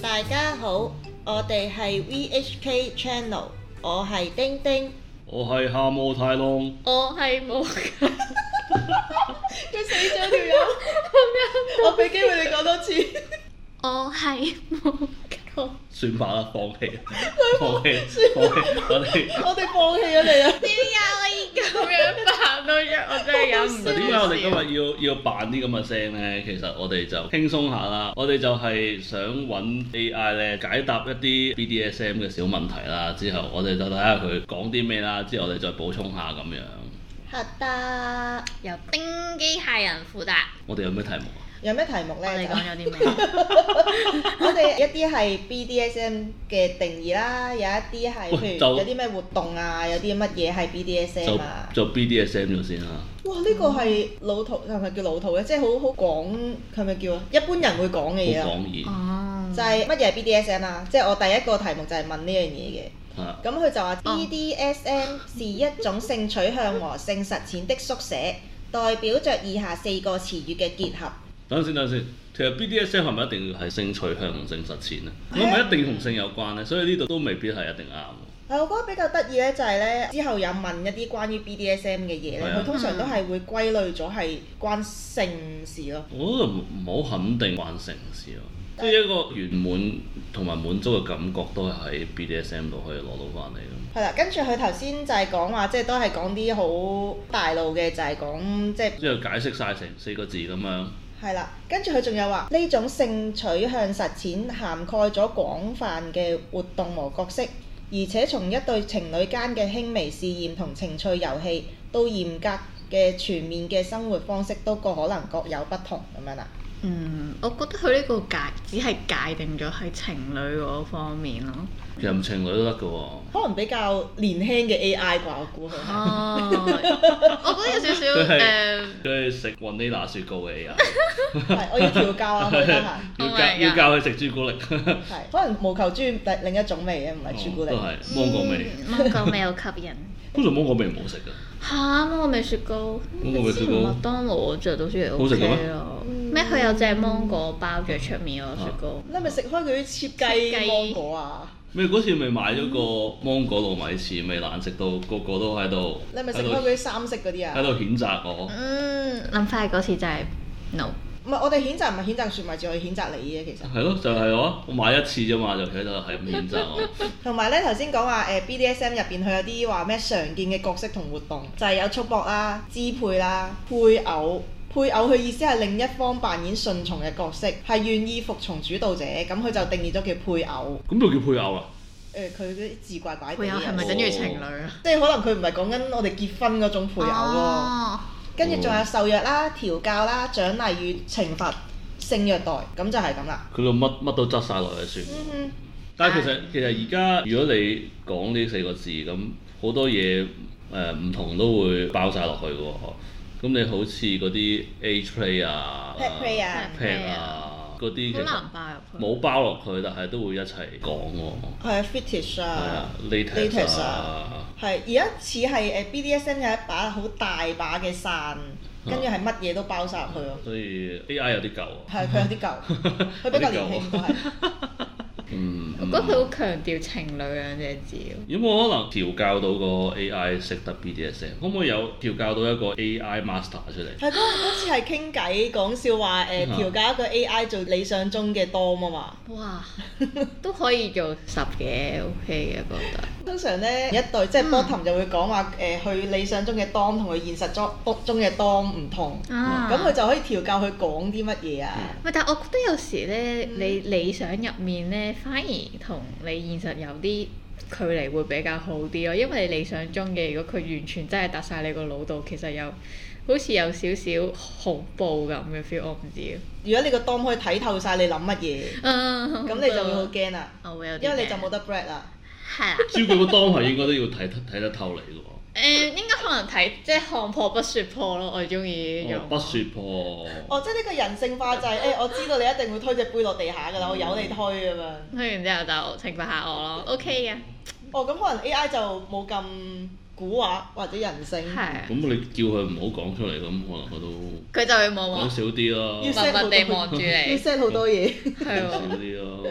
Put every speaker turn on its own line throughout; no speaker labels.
大家好，我哋係 VHK Channel，我係丁丁，
我係夏無太郎，
我係 冇㗎，
佢死咗條友， 我俾機會你講多 次，
我係冇㗎。
算罷啦，放棄，放棄，放棄，我哋。
我哋放棄咗你啊！
點解我而家咁樣扮到啫？我真係忍唔
嗱，
住。
點解我哋今日要要扮啲咁嘅聲呢？其實我哋就輕鬆下啦，我哋就係想揾 AI 咧解答一啲 BDSM 嘅小問題啦。之後我哋就睇下佢講啲咩啦，之後我哋再補充下咁樣。
核突，
由丁機械人負責？
我哋有咩題目啊？
有咩題目
我哋
咧？
講咗啲咩？
我哋一啲係 BDSM 嘅定義啦，有一啲係譬
喂
如
就
有啲咩活動啊，有啲乜嘢係 BDSM 啊
就？就 BDSM 咗先啦。
哇！呢個係老土係咪叫老土嘅？即係好好講係咪叫啊？一般人會講嘅
好
嘢啊，
講義
哦
就係乜嘢係 BDSM 啊？即係我第一個題目就係問呢樣嘢嘅。
嚇，
咁佢就話
哦
BDSM 是一種性取向和性實踐的縮寫，代表着以下四個詞語嘅結合。
等陣先，等陣先。其實 BDSM 係咪一定要係性取向同性實踐呢？
啊
咁咪一定同性有關呢？所以呢度都未必係一定啱喎。
係呃我覺得比較得意咧，就係咧之後有問一啲關於 BDSM 嘅嘢咧
係，啊
佢通常都係會歸類咗係關性事咯。
我覺得唔好肯定關性事咯，即係一個圓滿同埋滿足嘅感覺都係喺 BDSM 度可以攞到翻嚟咯。
係啦，跟住佢頭先就係講話，即係都係講啲好大路嘅，就係講即係
之後解釋晒成四個字咁樣，
係啦。跟住佢仲有話呢種性取向實踐涵蓋咗廣泛嘅活動和角色，而且從一對情侶間嘅輕微試驗同情趣遊戲，到嚴格嘅全面嘅生活方式，都各可能各有不同咁樣啦。啊
嗯，我覺得佢呢個界只係界定咗喺情侶嗰方面咯。
其實唔情侶都得嘅喎。
可能比較年輕嘅 AI 啩，我估佢係。
哦，我覺得 有少
佢
少
係
誒，
佢係食 vanilla 雪糕嘅 AI，
係，我要調教啊，佢得閒。
要
Oh
教
my
要
God
教佢食朱古力，
係，可能無球豬另一種味嘅，唔係朱古力。
哦都係芒果味。
嗯芒果味好吸引。
通常芒果味唔好食㗎，
嚇！芒果味雪糕，
芒果味雪糕
之前麥當勞我着到出嚟
好
O
食嘅
K
咩
咯。咩？佢有隻芒果包住出面嗰個雪糕。
你係咪食開佢啲切雞芒果啊？
咩嗰次咪買咗個芒果糯米糍，咪難食到個個都喺度，
你係咪食
喺
開佢
度
啲三色嗰啲
喺
啊？
度譴責我。
嗯，諗翻起嗰次就係 no。
唔係，我哋譴責唔係譴責雪米，只係譴責你啫，其實。
係咯，就係、我啊，我買一次啫嘛，就佢喺度係咁譴 責我。
嗯
同埋咧，頭先講話誒 BDSM 入邊佢有啲話咩常見嘅角色同活動，就係、有束縛啦、支配啦、配偶。配偶佢意思係另一方扮演順從嘅角色，係願意服從主導者，咁佢就定義咗叫配偶。
咁就叫配偶啊啦。
誒佢啲字怪怪地
配
啊
偶係咪等於情侶啊？
即係可能佢唔係講緊我哋結婚嗰種配偶咯，
哦
跟住仲有受虐啦、調教啦、獎勵與懲罰、性虐待，咁就係咁啦。
佢個乜乜都執晒落去算。
嗯
但係其實其實而家如果你講呢四個字咁，好多嘢誒唔同都會包晒落去嘅喎。咁你好似嗰啲 A play 啊、
Pet play 啊
pet 啊嗰啲其
好
實
難啊包入去。
冇包落去，但係都會一齊講喎。
哼，係 fetish
係啊
啊，
，latex
latex
啊，
係而家似係誒 BDSM 有一把好大把嘅傘，跟住係乜嘢都包晒入去咯。
所以 AI 有啲舊啊。
係佢有啲舊，佢比較年輕應該係。
嗯。
我覺得佢好強調情侶兩隻字咯。
有冇可能調教到個 AI 識得 BDSM？可唔可以有調教到一個 AI master 出嚟？
係嗰嗰次係傾偈講笑話誒
嗯
調教一個 AI 做理想中嘅 dom 啊嘛。
哇，都可以做十嘅，OK 嘅，覺得。
通常咧一對即係 bottom 就會講話誒，佢理想中嘅 dom 同佢現實中中嘅 dom 唔同，
啊，
咁佢就可以調教佢講啲乜嘢啊。
喂，但係我覺得有時咧，
嗯
你理想入面咧，反而同你現實有啲距離會比較好啲咯，因為你理想中嘅，如果佢完全真係搭晒你個腦度，其實又好似有少少恐怖咁嘅 feel，我唔知。
如果你個 dom 可以睇透晒你諗乜嘢，
嗯，
咁你就會好驚啦，
我會有啲
因為你就
驚
冇得 break 啦。
係啦。
朱古力當係應該都要睇得 睇得透你嘅喎，
誒、應該可能睇即係看破不說破咯，我中意呢
哦
種。
不説破。
哦，即係呢個人性化就係、
嗯
誒、我知道你一定會推隻杯落地下㗎啦，我由你推咁樣。
推完之後就懲罰下我咯，OK 嘅，
哦，咁可能 AI 就冇咁古惑或者人性，
係啊
咁你叫佢唔好講出嚟，咁可能佢都
佢就會望
講
望
少啲啦，
要
默默地望住
要
嗯
你，
set 好多嘢。
係
講
喎
少。啲咯。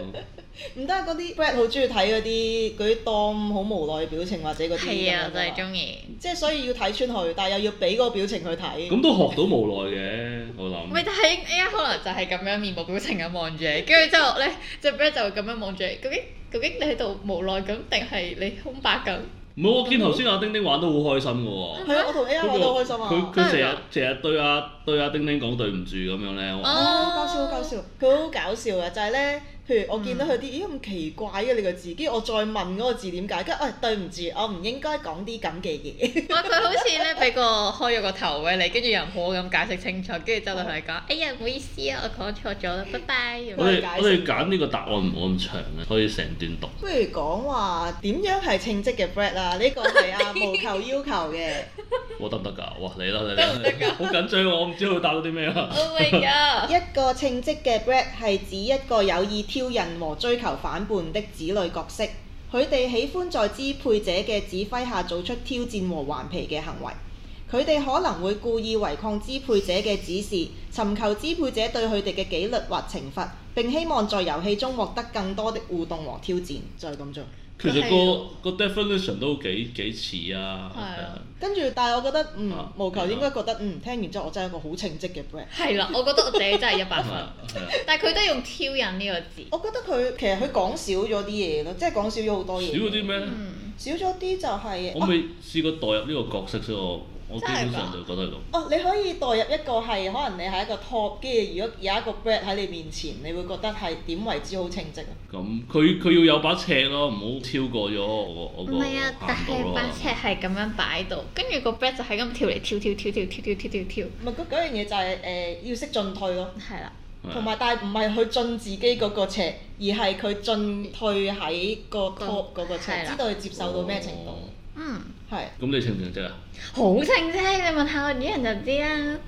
唔得啊嗰啲 Brad 好中意睇嗰啲嗰啲 Dom 好無奈嘅表情或者嗰啲
係啊，
咁樣
我真係
嘛
中意。
即係所以要睇穿佢，但係又要俾個表情佢睇。
咁都學到無奈嘅，我諗。
咪但係 A I 可能就係咁樣面無表情咁望住你，跟住之後 咧，只 b r 就會咁樣望住你。究竟究竟你喺度無奈咁，定係你空白咁？
唔係，我見頭先阿丁丁玩得好開心嘅喎。
係啊，我同 A I
嗰
玩
個
得好開心
佢
啊！
佢成
真係
日
㗎
成日對阿對阿丁丁講對唔住咁樣咧，
哦
話
啊，搞笑好搞笑，佢好搞笑嘅，就係咧，譬如我見到佢啲，咦咁奇怪嘅你個字，跟住我再問嗰個字點解，跟住，哎對唔住，我唔應該講啲咁嘅 嘢。
哇！佢好似咧俾個開咗個頭俾你，跟住又唔好咁解釋清楚，跟住之後就同你 講：哎呀，唔好意思啊，我講錯咗啦，拜拜咁
我
樣。
哋
解釋
我哋揀呢個答案唔好咁長嘅，可以成段讀。
不如講話點樣係稱職嘅 Brad 啊？呢個係啊無求要求嘅。
我得唔得㗎？哇！你啦你啦， 好緊張喎，啊我唔知佢答到啲咩 啊！
Oh my god！
一個稱職嘅 Brad 係指一個有意挑釁和追求反叛的子女角色，佢哋喜歡在支配者嘅指揮下做出挑戰和頑皮嘅行為。佢哋可能會故意違抗支配者嘅指示，尋求支配者對佢哋嘅紀律或懲罰，並希望在遊戲中獲得更多的互動和挑戰。就係咁做。
其實個個 definition 都幾幾似啊。
係啊
跟住，但係我覺得，嗯
啊，
無求
明
應
白
該覺得，嗯，聽完之後我真係一個好稱職嘅 Brad。
係啦，我覺得我自己真係一百
係
分，
啊，係啊，
但係佢都用挑釁呢個字。
我覺得佢其實佢講少咗啲嘢咯，即係講少咗好多
少
嘢。
咗啲咩咧？
嗯，
少咗啲就係、
我
哦
未試過代入呢個角色，所以我我基
真係㗎
本上就覺得係咁。
哦，你可以代入一個係可能你係一個 top，跟住如果有一個 Brad 喺你面前，你會覺得係點為之好稱職啊？
咁佢佢要有把尺咯，唔好超過咗我我個
唔係啊，但
限度
係
咯。
把尺係咁樣擺度，跟住個 bread 就係咁跳嚟跳跳跳跳跳跳跳跳跳，
咪嗰嗰樣嘢就係、呃要識進退咯，
係啦，
係啊
同埋但係唔係佢進自己嗰個尺，而係佢進退喺個 top 嗰個尺，
係啦
知道佢接受到咩程度。
哦
嗯，
係、
咁你稱唔稱職啊？
好清晰，你問下我啲人就知啦。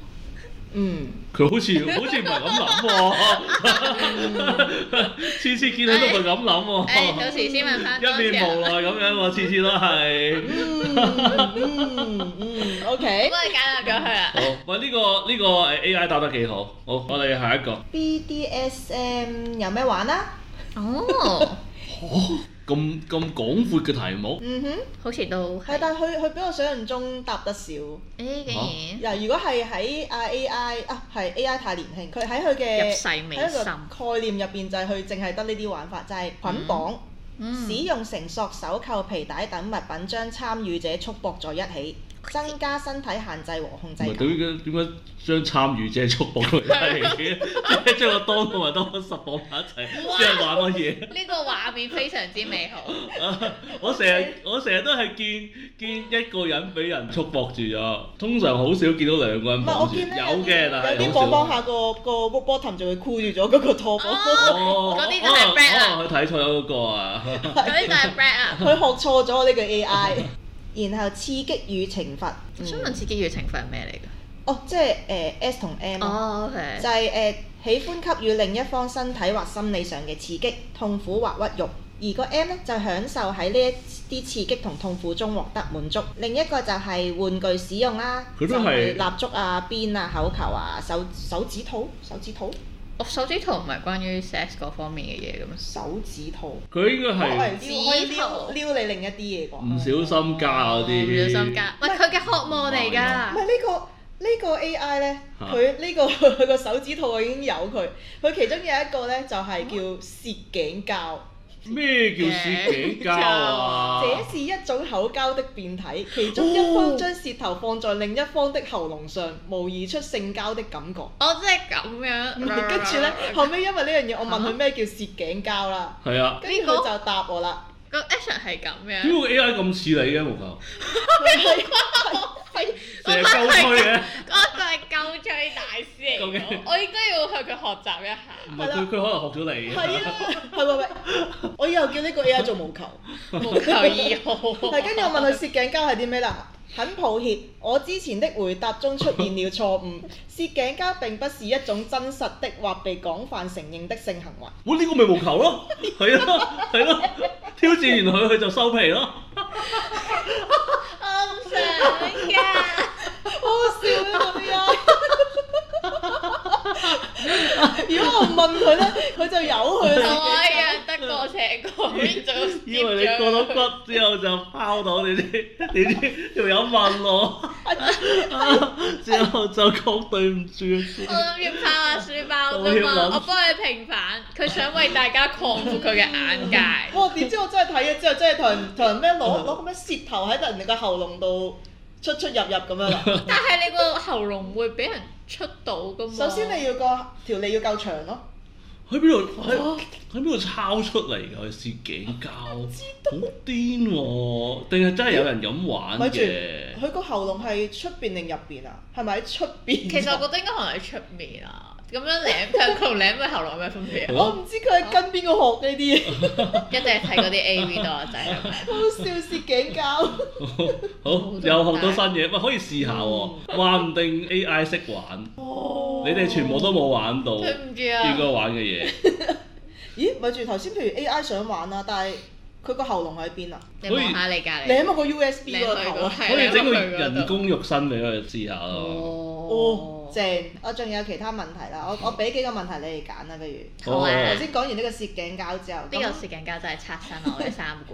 嗯，
佢好似好似唔係咁諗喎，次次見佢都唔係咁諗
誒，到
喎，
時先問翻當
一
事
面無
人。
奈咁樣喎，次次都係。
嗯嗯嗯，OK
幫。你解答咗佢啦
好。，喂呢個呢個誒 AI 答得幾好，好我哋下一個。
BDSM 有咩玩啊？
哦，
咁咁廣闊嘅題目，
嗯哼，
好似都
係，但係佢佢比我想象中答得少。
誒，竟然
嗱，如果係喺啊 AI 啊，係 AI 太年輕，佢喺佢
入
嘅
世未
喺佢
深
個概念入邊就係佢淨係得呢啲玩法，就係捆綁、
嗯
使用繩索、手扣、皮帶等物品將參與者束縛在一起，增加身體限制和控
唔
制
係
感。
點解點解將參與者束縛佢係嘅，即係將個當同埋當實綁埋一齊，即係玩乜嘢？
呢個畫面非常之美好。
我成日我成日都係見見一個人俾人束縛住咗，通常好少見到兩個人
唔係我
綁住，
見咧
有嘅，但
有
係
啲
好
放幫
少。
下個個 bottom 就會箍住咗嗰個 top。
哦
哦，
嗰啲就係 Brad 啦
可能佢睇錯咗嗰個啊，
咁呢就係 bread 啊。
佢學錯咗呢個 AI，然後刺激與懲罰。
我想
嗯
問自己要懲罰係咩
哦，即係誒 S 同
嚟
M 啊
㗎？
咯
哦
就
，OK。
係、誒、喜歡給予另一方身體或心理上嘅刺激、痛苦或屈辱。而個 M 呢，就享受喺呢一啲刺激同痛苦中獲得滿足。另一個就係玩具使用啦，
佢都
就
係
蠟燭啊、鞭啊、口球啊、手手指套、手指套、
我手指圖唔係關於 sex 嗰方面嘅嘢咁樣。
手指套。
佢應該
我係
係
撩可以
指
撩
套
撩你另一啲嘢講。
唔小心加嗰啲，
唔小心加，喂，佢嘅渴望嚟
唔
㗎
係。呢個呢、個 AI 呢，
嚇
佢呢、個 佢個手指套我已經有佢，佢其中有一個呢，就係叫攝頸膠。
咩叫攝影膠啊？
這是一種口交的變體，其中一方將舌頭放在另一方的喉嚨上，模擬出性交的感覺。
我即係咁樣。
跟住呢，後尾因為呢樣嘢，我問佢咩叫舌頸交啦，
係啊，
跟住
呢
佢
個
就答我啦。
個 action 係咁
點解
樣。
個 AI 咁似你嘅毛球？
係 係
成日鳩吹嘅，
嗰個係鳩吹大 師嚟
究
㗎
竟，
我應該要向佢學習一 下。
唔係佢佢可能學咗你
係係啊
嘅。
啦，係喂喂，我以後叫呢個 AI 做無球。
無求二 號。
係跟住我問佢攝頸膠係啲咩啦？很抱歉，我之前的回答中出現了錯誤。攝頸膠並不是一種真實的或被廣泛承認的性行為。
我呢個咪無球咯，係啊，係咯，挑戰完佢佢就收皮咯。
我唔想㗎。
好笑呢個如果我唔問佢咧，佢就由佢
同
啦。
我一樣得 個
以為你過到骨之後就拋到你啲 你啲條友問我， 之後就講對唔住啊
我諗住拋下書包啫嘛，我幫佢平反，佢想為大家擴闊佢嘅 眼界。
哇！點知我真係睇咗之後，真係同人同人咩攞攞個咩舌頭喺人哋個喉嚨度出出入入咁樣啊啦。
但係你個喉嚨會俾人出到噶嘛？
首先你要個條脷要夠長咯，
喺邊度喺喺邊度抄出嚟㗎？佢試頸交，好癲喎！定係真係有人咁玩
咪住
嘅？
佢個喉嚨係出邊定入邊啊？係咪喺出邊？
其實我覺得應該可能喺出面啊，咁 樣舐佢同舐佢喉嚨有咩分別啊？
我唔知佢係跟邊個學呢啲嘢，
一定係睇嗰啲 A V 多啊仔係咪？
好笑舌頸交。
好又學到新嘢，喂可以試下喎，話唔定 AI 識玩，
嗯哦
你哋全部都冇玩到
對唔
應
住
該
啊，
玩嘅嘢。
咦，咪住頭先，譬如 AI 想玩啊，但係佢個喉嚨喺邊啊？
你望下你隔
你
離，
喺咪個 USB
你
嗰個頭啊？
可以整個人工肉身俾佢試下咯。
哦
哦，，
正！我仲有其他問題啦，我我俾幾個問題你哋揀啦，不如。
好啊
頭先講完呢個攝頸膠之後，
呢個
咁
攝鏡膠真係刷新我嘅三觀。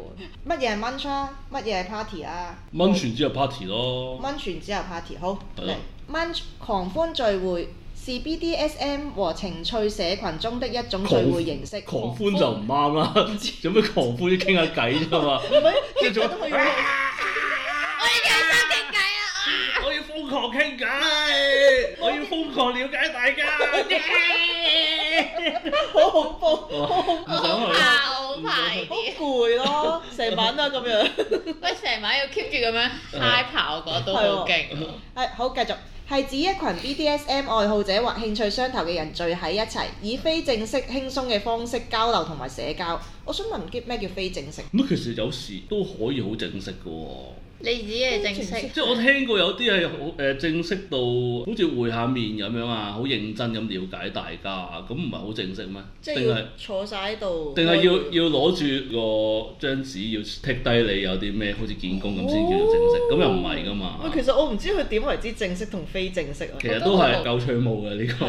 乜嘢係 munch 啊？乜嘢係 party 啊？
掹完之後 party 咯，
munch 完之後 party 好
係咯
嚟 munch 狂歡聚會是 BDSM 和情趣社群中的一種聚會形式。
狂歡就唔啱啦，做咩狂歡傾下偈 啫嘛？跟住
我
做
都可以
咩
玩
我哋繼續傾偈啦！啊
我要瘋狂傾偈，我要瘋狂了解大 家。
好恐怖，
哇
好恐
唔
怖，
我
想
好
去啊
怕，
啦，
我好怕呢
好
啲。
攰咯，成晚都係咁樣。
喂，成晚要 keep 住咁樣 high 爬，我覺得都好勁啊。
係好，繼續係指一群 BDSM 愛好者或興趣相投嘅人聚喺一齊，以非正式輕鬆嘅方式交流同埋社交。我想問啲咩叫非正式？
咁其實有時都可以好正式嘅喎。
你自己嘅正式，
即係我聽過有啲係好誒正式到好似會下面咁樣啊，好認真咁了解大家，啊咁唔係好正式咩？定係
坐晒喺度
定係要要攞住個張紙要剔低你有啲咩，好似見工咁先叫做正式，咁、又唔係噶嘛。
喂，哦其實我唔知佢點為之正式同非正式啊！
其實都係夠趣味嘅呢 個，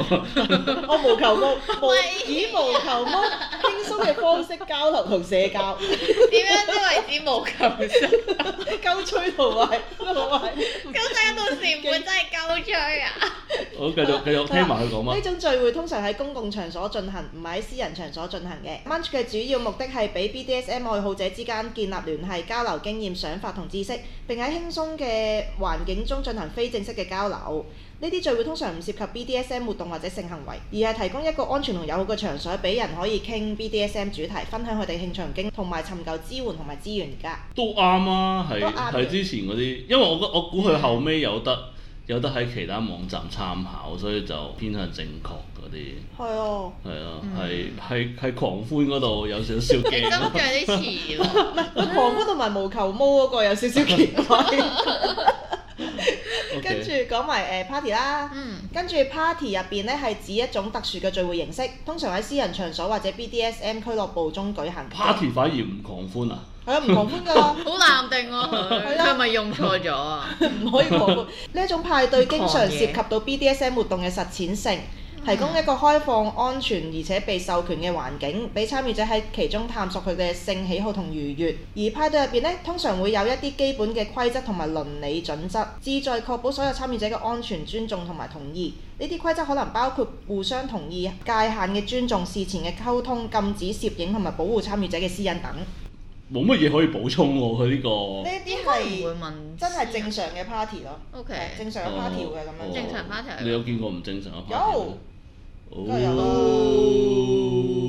我無求目， 無
喂
以無求目，輕鬆嘅方式交流同社 交，
點樣都為之無求生。
鳩吹同埋同埋。
咁大家到時唔會真係鳩追啊？
我繼續繼續聽埋佢講
呢
乜。
種聚會通常喺公共場所進行，唔係喺私人場所進行嘅。Munch 嘅主要目的係俾 BDSM 愛好者之間建立聯繫、交流經驗、想法同知識，並喺輕鬆嘅環境中進行非正式嘅交流。呢啲聚會通常唔涉及 BDSM 活動或者性行為，而係提供一個安全同友好嘅場所，俾人可以傾 BDSM 主題，分享佢哋興趣同經，同埋尋求支援同埋資源㗎。
都啱啊，係
都啱嘅
係之前嗰啲，因為我覺我估佢後尾有得有得喺其他網站參考，所以就偏向正確嗰啲。
係 啊，
係啊，係係係狂歡嗰度有少少
你
驚
斟酌
咯，
啲詞 咯。
狂歡同埋無球毛嗰個有少少奇怪。跟住
OK
講埋誒 party 啦。
嗯，
跟住 party 入邊咧係指一種特殊嘅聚會形式，通常喺私人場所或者 BDSM 俱樂部中舉行。
party 反而唔狂歡啊！
係啊，唔狂歡㗎啦，
好淡定喎佢，
係
佢
啦
係咪用錯咗啊？
唔可以狂歡。呢一種派對經常涉及
狂
到 BDSM 活動嘅實踐性，提供一個開放、安全而且被授權嘅環境，俾參與者喺其中探索佢嘅性喜好同愉悅。而派對入邊咧，通常會有一啲基本嘅規則同埋倫理準則，旨在確保所有參與者嘅安全、尊重同埋同意。呢啲規則可能包括互相同意、界限嘅尊重、事前嘅溝通、禁止攝影同埋保護參與者嘅私隱等。呢
冇乜嘢可以補充喎，佢呢個
啲
應該唔會
係
問。
真係正常嘅 party 咯，
OK，
正常嘅 party 嘅咁
哦
樣。
正常 party 嚟㗎
你有見過唔正常嘅 party？
有
哦
梗係有啦梗係有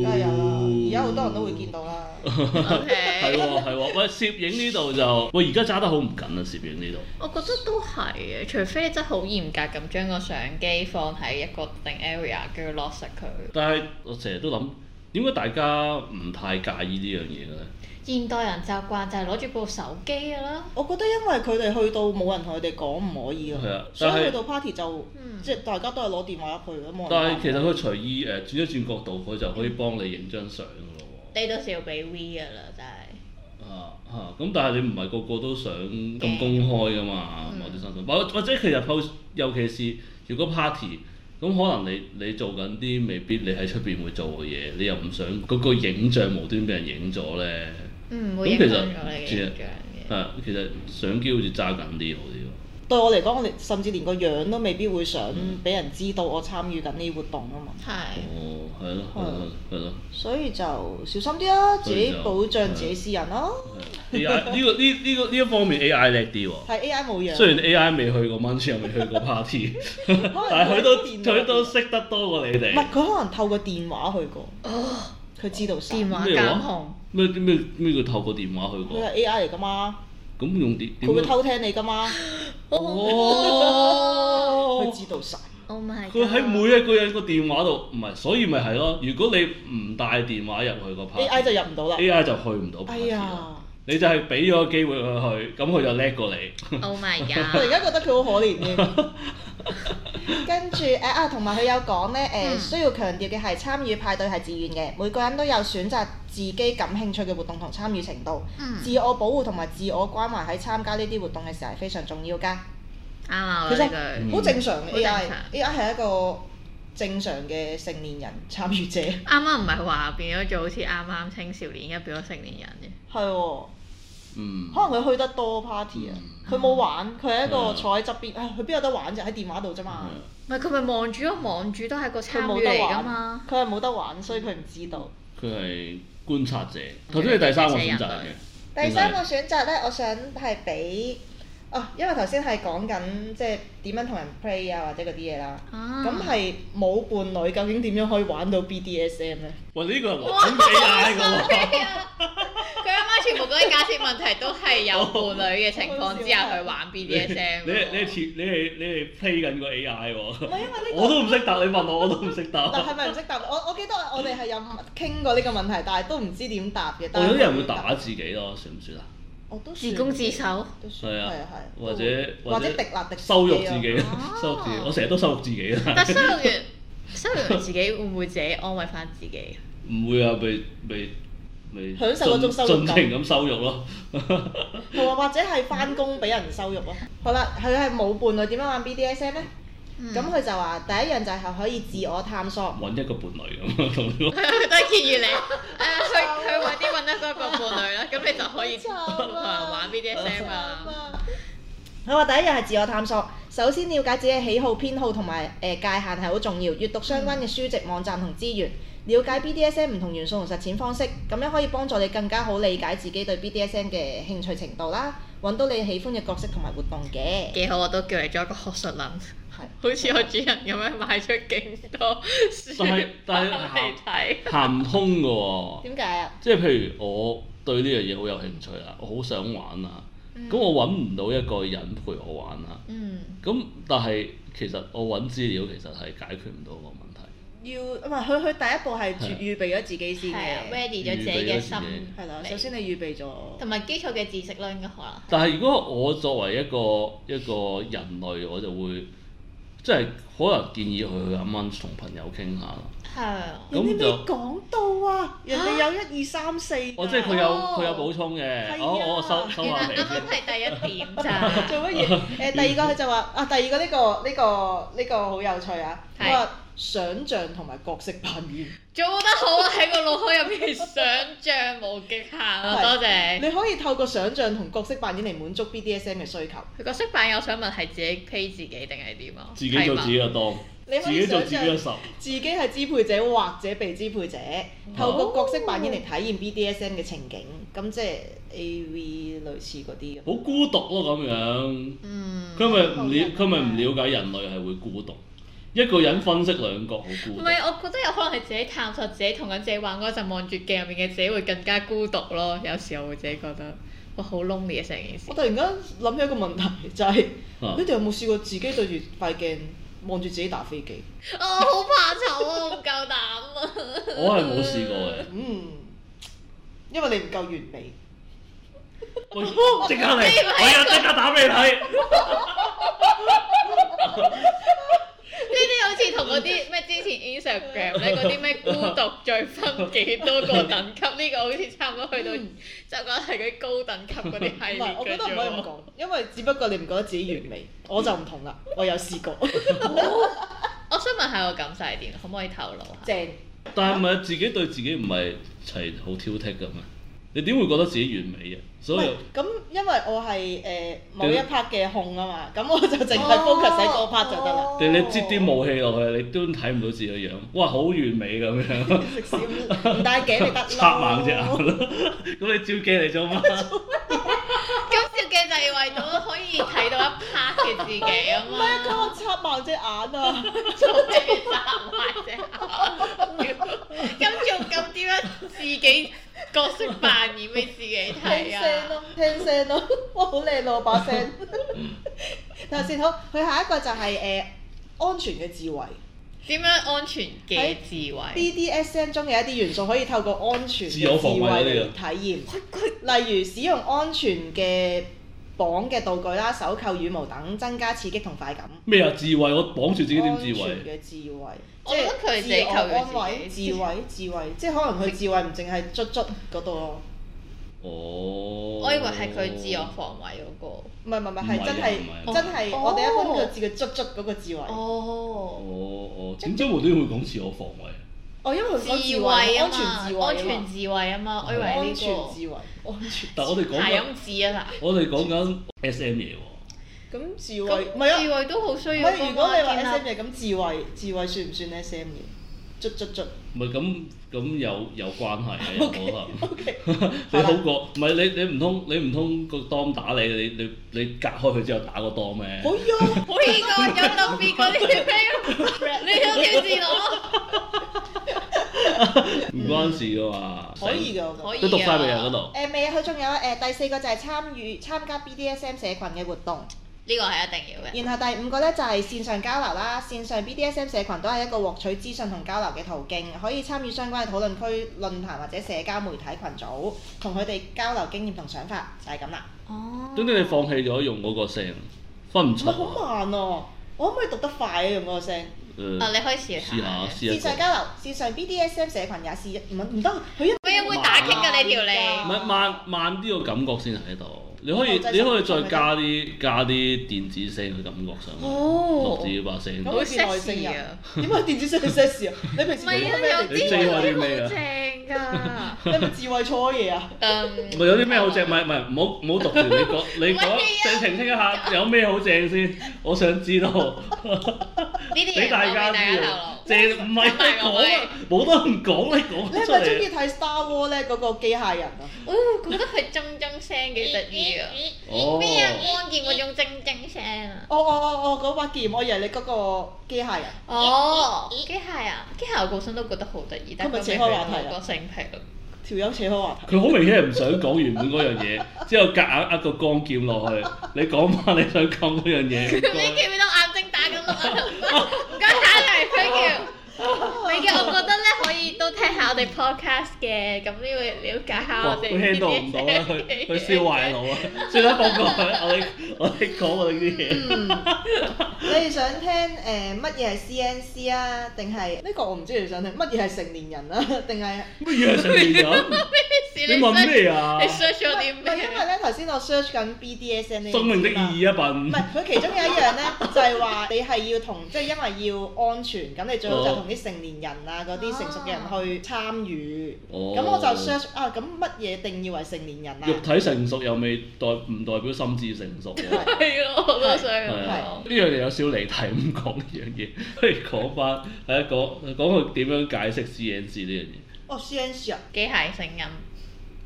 啦，而家好多人都會見到啦。
係
OK。
喎係喎，喂攝影呢度就喂而家揸得好唔緊啊！攝影呢度
我覺得都係嘅，除非你真係好嚴格咁將個相機放喺一個定 area，跟住 lock 實佢。，
但係我成日都諗點解大家唔太介意呢樣嘢嘅咧？
現代人習慣就係攞住部手機㗎啦。
我覺得因為佢哋去到冇人同佢哋講唔可以咯
係啊，
所以
但係
去到 party 就
嗯
即係大家都係攞電話入去咯，冇人
但係
講
其實佢隨意誒轉一轉角度，佢就可以幫你影張相㗎咯喎。
你到時要俾 V 㗎啦，真係。
啊啊！咁但係你唔係個個都想咁公開噶嘛？
嗯
某啲身份，或或者其實 post，尤其是如果 party，咁可能你你做緊啲未必你喺出邊會做嘅嘢，你又唔想嗰個影像無端俾人影咗咧。
嗯，
咁
會影
其
響
實
咗你嘅形象嘅。
係其實相機好似揸緊啲好啲喎。
對我嚟講，我哋甚至連個樣都未必會想
嗯
俾人知道我參與緊呢啲活動啊嘛。
係。
哦，係咯，係咯，係咯。
所以就小心啲啦，自己保障自己私人啦。
A I 呢個呢呢個呢一方面 A I 叻啲喎。
係啊 AI 冇樣，
啊雖然 A I 未去過 m u n c h 又未去過 party，但係佢都佢都識得多過你
唔係
哋。
佢可能透過電話去過，
哦，
佢知道晒。
電話
咩話
監控。
咩咩咩叫透過電話去
佢
過？
係 AI 嚟㗎嘛，
咁用電點啊
佢會
樣？
偷聽你㗎嘛，
哦
佢知道晒。
Oh my god！
佢喺每一個人個電話度，唔係，所以咪係咯。如果你唔帶電話入去個
AI 就
party，AI
入唔到啦。
就去唔到
哎
party 啦。
呀，
你就係俾咗個機會佢去，咁佢就叻過你。
Oh my
我而
god！
家覺得佢好可憐 添。跟住誒啊，同埋佢有講呢，誒、
嗯
需要強調嘅係參與派對係自願嘅，每個人都有選擇自己感興趣嘅活動同參與程度。
嗯
自我保護同埋自我關懷喺參加呢啲活動嘅時候係非常重要㗎，
啱啊！
其
我
實
呢句
嗯
好正常嘅
好
AI
正常
AI 係一個正常嘅成年人參與 者，係
啱啱唔係話變咗做好似啱啱青少年，而家變咗成年人嘅。
喎。
嗯。
可能佢去得多 party 啊，佢冇玩，佢係一個坐喺側邊，唉，佢邊有得玩啫？喺電話度啫
啊
嘛，
嗯
唔係佢咪望住咯，望住都係個
佢
參
冇
與嚟
得
㗎
玩
嘛。，
佢係冇得玩，所以佢唔知道。
佢係觀察者。頭先你第三個選擇嚟嘅，
第三個選擇呢，我想係俾哦，因為頭先係講緊即係點樣同人 play 啊，或者嗰啲嘢啦。
啊
咁係冇伴侶，究竟點樣可以玩到 BDSM 呢？
喂，呢個係玩 AI 㗎喎。
啊
佢啱啱全部嗰啲假設問題都係有伴侶嘅情況之下去玩
你你
BDSM
你
喎。
係你係你係 play 緊個 AI 喎。
唔係因為呢個
我都唔識答，你問我我都唔識
嗱係
答。
咪唔識答？我我記得我哋係有傾過呢個問題，但係都唔知點答嘅。
我
但係
有啲人會打自己咯，算唔算啊？
我都算
自攻自 受。
都算
係
係
啊
啊係，
或者
都會或者迪立迪
羞辱自己啊
咯，
哦
羞辱自己，我成日都羞辱自己啊。
但收容完，收容完自己會唔會自己安慰翻自己？
唔會啊，被被被
享受嗰種羞辱
盡
感
情咁羞辱咯。
同埋哦或者係翻工俾人羞辱咯。好啦，佢係冇伴侶點樣玩 BDSM 呢？咁
咁
佢、就話第一樣就係可以自我探索。
揾一個伴侶咁同呢個
佢都係建議你，誒去去揾啲揾得多個伴侶啦，咁你就可以同人玩 BDSM 啊。
佢話第一樣係自我探索，首先了解自己嘅喜好、偏好同埋誒界限係好重要。閱讀相關嘅書籍、網站同資源，了解 BDSM 唔同元素同實踐方式，咁樣可以幫助你更加好理解自己對 BDSM 嘅興趣程度啦，揾到你喜歡嘅角色同埋活動嘅。
幾好，我都叫你做一個學術撚，
係
好似我主人咁樣買咗勁多
但係
書
但係
嚟睇。
行唔通嘅喎。
點解啊？
即係譬如我對呢樣嘢好有興趣啦，我好想玩啊，咁、我揾唔到一個人陪我玩啦，
嗯，
咁但係其實我揾資料其實係解決唔到個問題。
要唔係佢佢第一步係
係啊
預備咗自己先
係啊
嘅，
，ready 咗自己嘅心理，
係啦。首先你預備咗。
同埋基礎嘅知識啦，應該啊可能。
但係如果我作為一個一個人類，我就會即係可能建議佢去阿 Munch 同朋友傾下啦。
係啊。
有啲
咁
咩
就
講到啊？人哋有一二三四啊㗎。
我即係佢有
哦
佢有補充嘅，
係
我
啊
我收收
原
下
來
你
啱
先
啱。係第一點咋。
做乜嘢？誒、第二個佢就話啊，第二個呢、個呢、個呢、個好有趣啊！
係
佢話想像同埋角色扮演，
做得好啊！喺個腦海入邊想像無極限啊！多謝你。
你可以透過想像同角色扮演嚟滿足 BDSM 嘅需求。
佢角色扮演，我想問係自己 pay 自己定係點啊？
自己做自己嘅當，
你
自
可以
己做
想
自己
像
嘅十。
自己係支配者或者被支配者，
哦
透過角色扮演嚟體驗 BDSM 嘅情景，咁即係 AV 類似嗰啲咁。
好孤獨咯咁樣。
嗯。
佢咪唔了
好人啊
佢咪唔了解人類係會孤獨，一個人分析兩角好
唔
孤獨。
嗯係，我覺得有可能係自己探索自己同緊自己玩嗰陣，望住鏡入面嘅自己會更加孤獨咯。有時我會自己覺得，哇，好 lonely 啊成件事
我。突然間諗起一個問題，就係、
啊
你哋有冇試過自己對住塊鏡望住自己打飛機？
我哦好怕醜啊，我唔夠膽啊。
我係冇試過嘅。
嗯，因為你唔夠完美。
喂即刻嚟！我而家即刻打俾你睇。
呢啲好似同嗰
嗯
啲咩之前 Instagram 咧嗰啲咩孤獨最分幾多個等級，呢個好似差唔多去到就講係嗰啲高等級嗰啲
嗯唔
系列
係，我覺
嘅
得唔可以咁
啫喎。
講，因為只不過你唔覺得自己完美，
嗯
我就唔同啦，我有試 過，
我想問下個感受係點，可唔可以透露下？
正。
但係唔係自己對自己唔係係好挑剔嘅咩？你點會覺得自己完美嘅？啊所以
喂咁因為我係誒某一
點
part 嘅控啊嘛，咁我就淨係 focus 喺嗰 part 就得啦。
哦你你擠啲霧氣落去，你都睇唔到自己個樣，哇好完美咁樣，
食屎唔戴頸咪得咯。
插盲隻眼咯。咁你照鏡嚟做 乜？
咁照鏡就係為到可以睇到一 part 嘅自己啊
唔係啊，佢
嘛。
話插盲隻眼啊，
做咩集埋啫？ 咁仲咁點樣自己角色扮演俾自己
聽
睇
聲
啊
咯？，聽聲咯， 哇好靚咯把 聲。 頭先好，佢下一個就係、誒、安全嘅智慧。
點樣安全嘅智慧？
BDSM 中嘅一啲元素可以透過安全嘅
自
智
我
慧
防衞啊呢
嚟體驗，例如使用安全嘅綁嘅道具啦、手扣、羽毛等，增加刺激同快感。
咩啊？智慧，我綁住自己點智
安
慧？
全嘅智慧，
我覺得佢係
即係
自己
自
求
我
佢
安慰、
自己
智 慧、智慧，即係可能佢智慧唔淨係卒卒嗰度咯，
哦，
我以為係佢自我防衞嗰個。
唔係唔係唔
唔係
係
啊
真
唔
係
係
真係
哦
我哋一般個字叫卒卒嗰個智慧。
哦
哦。
哦，點解無端端會講自我防衞？
哦，因為佢
智
講智
慧
慧、
啊
安全智
嘛，
慧啊
安
嘛、
全智慧啊嘛，我以為
安
呢
全
個
智慧、安全智
但
慧。
我哋講
排
緊
音字啊嗱。
我哋講緊 S.M. 嘢喎，
咁智慧唔係啊
咁。智慧都好需
唔
要
係，如果你話
幫忙
S M
建立
嘅咁智慧，智慧算唔算 S M 嘅？卒卒卒
唔係咁咁有有關係嘅，有
OK，
可
，OK，
能 你好過，唔係你你唔通你唔通個當打你，你你你隔開佢之後打個當咩？
好呀，
好呢個有特別過呢啲咩？你有挑戰我，
唔關事噶嘛，
可以㗎，我覺
可以
都讀晒未啊？嗰
得。
度
誒未啊，佢仲有誒第四個就係參與參加 BDSM 社群嘅活動，
呢個係一定要嘅。
然後第五個咧就係線上交流啦。線上 BDSM 社群都係一個獲取資訊同交流嘅途徑，可以參與相關嘅討論區、論壇或者社交媒體群組，同佢哋交流經驗同想法，就係咁啦。
哦
點解你放棄咗用嗰個聲？分唔
唔
出
係
啊。
好慢啊，我可唔可以讀得快啊？用嗰個聲。
誒
啊，你可以
嗯
試
試下
下。
試
線上
下。
交流，線上 BDSM 社群也是一唔唔得，佢一
咩會打傾㗎你條
唔
脷？
係慢慢啲個感覺先喺度，你可以
我就係
你可以再加啲加啲電子聲嘅感覺上去，
哦
落自己把聲。
咁好似外星人，點解電子聲係 sex 啊？你平
啊唔
時
係
做
啊，
咩
有
嚟
你
啲
最
有
愛啲
啲好
咩啊
正㗎。
你係咪智慧錯嘢 啊？
嗯。
咪有啲咩好正？咪咪唔好唔好讀住你講，你
唔係啊
講你澄清一下有咩好正先，我想知道。
呢啲
俾
嘢
大家
我俾大
知
家
啊
透！露。
正唔係你講啊，冇得唔講，你講
你
得
係
出
咪中
嚟。
意睇 Star War 咧嗰個機械人啊？
哦，覺得佢铮铮聲幾得意啊！
哦
咩啊？光劍嗰種铮铮聲啊！
哦哦哦哦，嗰把劍，我以為你嗰個機械人。
哦，機械啊，機械我本身都覺得好得意，但
今日
佢
扯開話題啦
個性癖啊。
條友扯開話題，
佢好明顯係唔想講原本嗰樣嘢，之後夾硬呃個光劍落去。你講翻你想講啊嗰樣嘢。唔
你記唔記得我眼睛打緊碌 啊？唔該晒黎飛橋。哦你嘅，我覺得咧可以都聽下我哋 podcast 嘅，咁呢會了解下
哇！
我
佢
哋。
handle 唔到啦，佢佢 燒壞。腦啊！算啦，放過佢，我哋我哋講我哋啲嘢。
嗯，你哋想聽誒乜嘢係 CNC 啊？定係呢個我唔知你想聽乜嘢係成年人啊？定係
乜嘢係成年人？你問咩啊
你 search 咗啲
唔係
咩
因為？咧頭先我 search 緊 BDSM 呢個
生命的
字嘛
意義啊，笨
唔！係，佢其中有一樣咧，就係話你係要同，即係因為要安全，咁你最好就同啲成年人啊嗰
哦
啲成熟嘅人去參與。
哦
咁我就 search 啊，咁乜嘢定義為成年人啊？
肉體成熟又未代唔代表心智成熟喎。
係咯，我都想
係啊
講。
呢樣嘢有少離題，唔講呢樣嘢， 不如講翻係啊，講講佢點樣解釋 CNC 呢樣嘢。
哦，CNC 啊
機械聲音。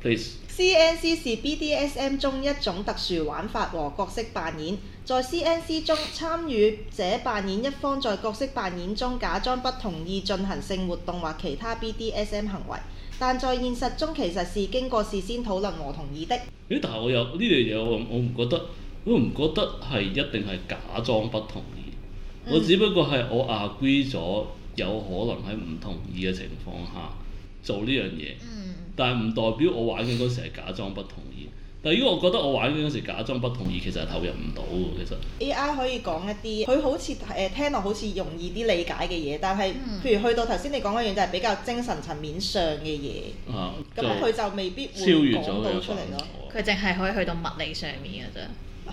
Please，
，CNC 是 BDSM 中一種特殊玩法和角色扮演。在 CNC 中，參與者扮演一方在角色扮演中假裝不同意進行性活動或其他 BDSM 行為，但在現實中其實是經過事先討論和同意的。
咦？但係我有呢樣嘢，我我唔覺得，我唔覺得係一定係假裝不同意。
嗯
我只不過係我 agree 咗，有可能喺唔同意嘅情況下做呢樣嘢，
嗯。
但係唔代表我玩嘅嗰時係假裝不同意。但係如果我覺得我玩嘅嗰時假裝不同意，其實係投入唔到嘅。其實
A.I. 可以講一啲，佢好似誒、呃、聽落好似容易啲理解嘅嘢，但係
嗯
譬如去到頭先你講嗰樣就係比較精神層面上嘅嘢，
啊，
咁佢就未必會
超越咗
講
佢
到
嘅
出嚟
範
咯。
疇啊
佢淨係可以去到物理上面嘅啫。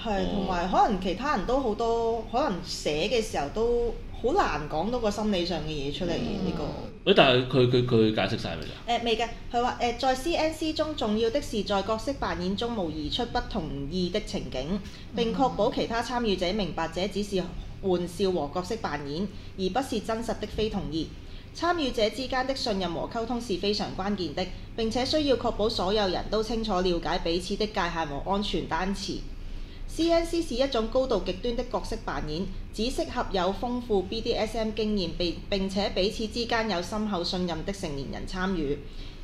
係，同埋可能其他人都好多，可能寫嘅時候都好好難講到個心理上嘅嘢出嚟嘅呢個。
喂，但係佢佢佢解釋晒未㗎？啊
誒未嘅，佢話誒在 CNC 中重要的是在角色扮演中模擬出不同意的情景，並確保其他參與者明白這只是玩笑和角色扮演，而不是真實的非同意。參與者之間的信任和溝通是非常關鍵的，並且需要確保所有人都清楚了解彼此的界限和安全單詞。CNC 是一種高度極端的角色扮演，只適合有豐富 BDSM 經驗並並且彼此之間有深厚信任的成年人參與。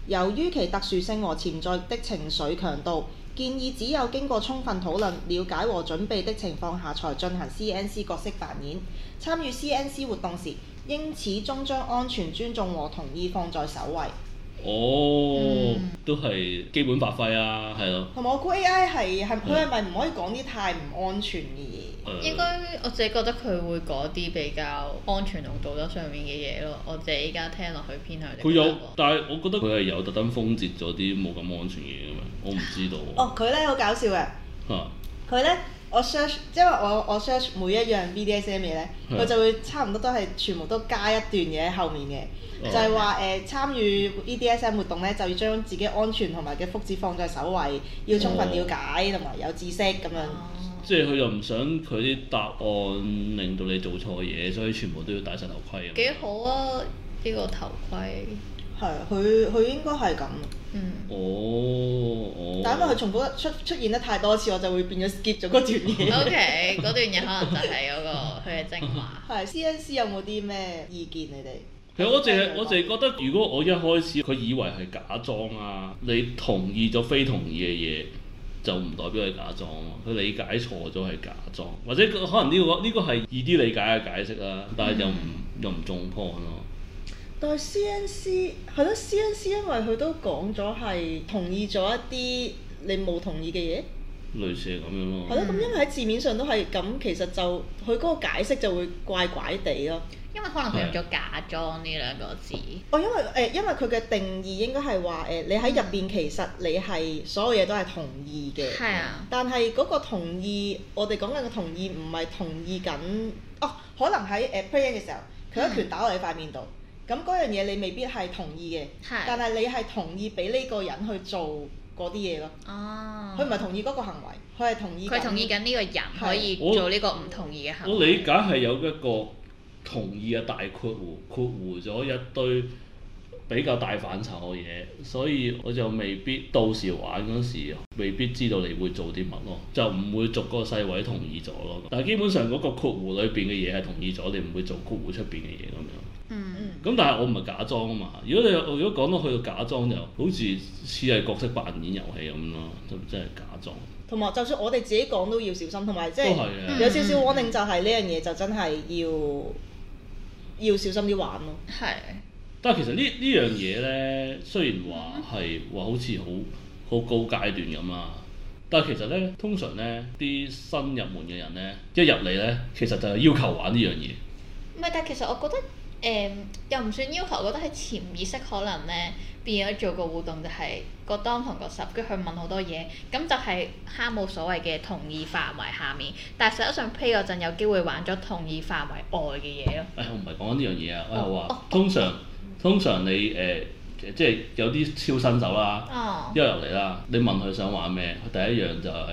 由於其特殊性和潛在的情緒強度，建議只有經過充分討論、了解和準備的情況下才進行 CNC 角色扮演。參與 CNC 活動時，應始終將安全、尊重和同意放在首位。
哦，
嗯
都係基本發揮啊，係咯。
同埋我估 AI 係係佢係咪唔可以講啲太唔安全嘅嘢？
誒
應該我自己覺得佢會嗰啲比較安全同道德上面嘅嘢咯。我自己依家聽落去偏向呢個
佢有
感覺，
但係我覺得佢係有特登封截咗啲冇咁安全嘅嘢㗎嘛，我唔知道喎。
哦，佢咧好搞笑嘅，
嚇
佢咧我 search，因為我我 search 每一樣 BDSM 嘢咧，
係
佢就會差唔多都係全部都加一段嘢喺後面嘅，
哦
就係話誒參與 E BDSM 活動咧，就要將自己安全同埋嘅福祉放在首位，要充分了解同埋有知識咁樣。
哦
即係佢又唔想佢啲答案令到你做錯嘢，所以全部都要戴晒頭盔咁。
幾好啊！呢個頭盔，
係，佢佢應該係咁，
嗯，
哦哦。
但因為佢重複出出現得太多次，我就會變咗 skip 咗嗰段嘢。
O K，嗰段嘢可能就係嗰個佢嘅精華。
係 CNC 有冇啲咩意見你哋？
其實我淨係我啊淨係覺得，如果我一開始佢以為係假裝啊，你同意咗非同意嘅嘢，就唔代表係假裝啊。佢理解錯咗係假裝，或者佢可能呢、個呢、個係易啲理解嘅解釋啦，但係又唔、又唔中 point 咯。
但係 CNC 係咯，CNC 因為佢都講咗係同意咗一啲你冇同意嘅嘢，
類似係咁樣
係
咯。
咯。咁因為喺字面上都係咁，其實就佢嗰個解釋就會怪怪地咯。
因為可能佢用咗假裝呢兩個字，
哦，因為誒、因為佢嘅定義應該係話誒，你喺入邊其實你係所有嘢都係同意嘅。
係啊，
但係嗰個同意，我哋講緊嘅同意唔係同意緊，哦，可能喺誒 play 嘅時候，佢一拳打落你塊面度，咁嗰樣嘢你未必係同意嘅，
嗯係
但係你係同意俾呢個人去做嗰啲嘢咯，
哦，
佢唔係同意嗰個行為，佢係同意
佢同意緊呢個人可以做呢個唔同意嘅行為。
我理解係有一個同意嘅大括弧，括弧咗一堆比較大範疇嘅嘢，所以我就未必到時玩嗰時，未必知道你會做啲乜咯，就唔會逐個細位同意咗咯。但係基本上嗰個括弧裏邊嘅嘢係同意咗，你唔會做括弧出邊嘅嘢咁樣。
嗯，
咁但係我唔係假裝啊嘛。如果你如果講到去到假裝，就好似似係角色扮演遊戲咁咯，就真係假裝。
同埋就算我哋自己講都要小心，同埋即係
都係嘅
有少少 warning 就係呢樣嘢就真係要要小心啲玩咯。
係，
但係其實呢呢樣嘢呢，雖然話係話好似好好高階段咁啦，但係其實呢，通常呢啲新入門嘅人呢，一入嚟呢，其實就係要求玩呢樣嘢。
唔係，但係其實我覺得誒、又唔算要求，我覺得係潛意識可能咧變咗做個互動，就係個當同個十，跟住佢問好多嘢，咁就係蝦冇所謂嘅同意範圍下面，但係實際上 play 嗰陣有機會玩咗同意範圍外嘅嘢咯。
哎誒，我唔係講緊呢樣嘢啊，我係話通常通常你誒、呃即係有啲超新手啦，
哦
一，入嚟啦，你問佢想玩咩，佢第一樣就係、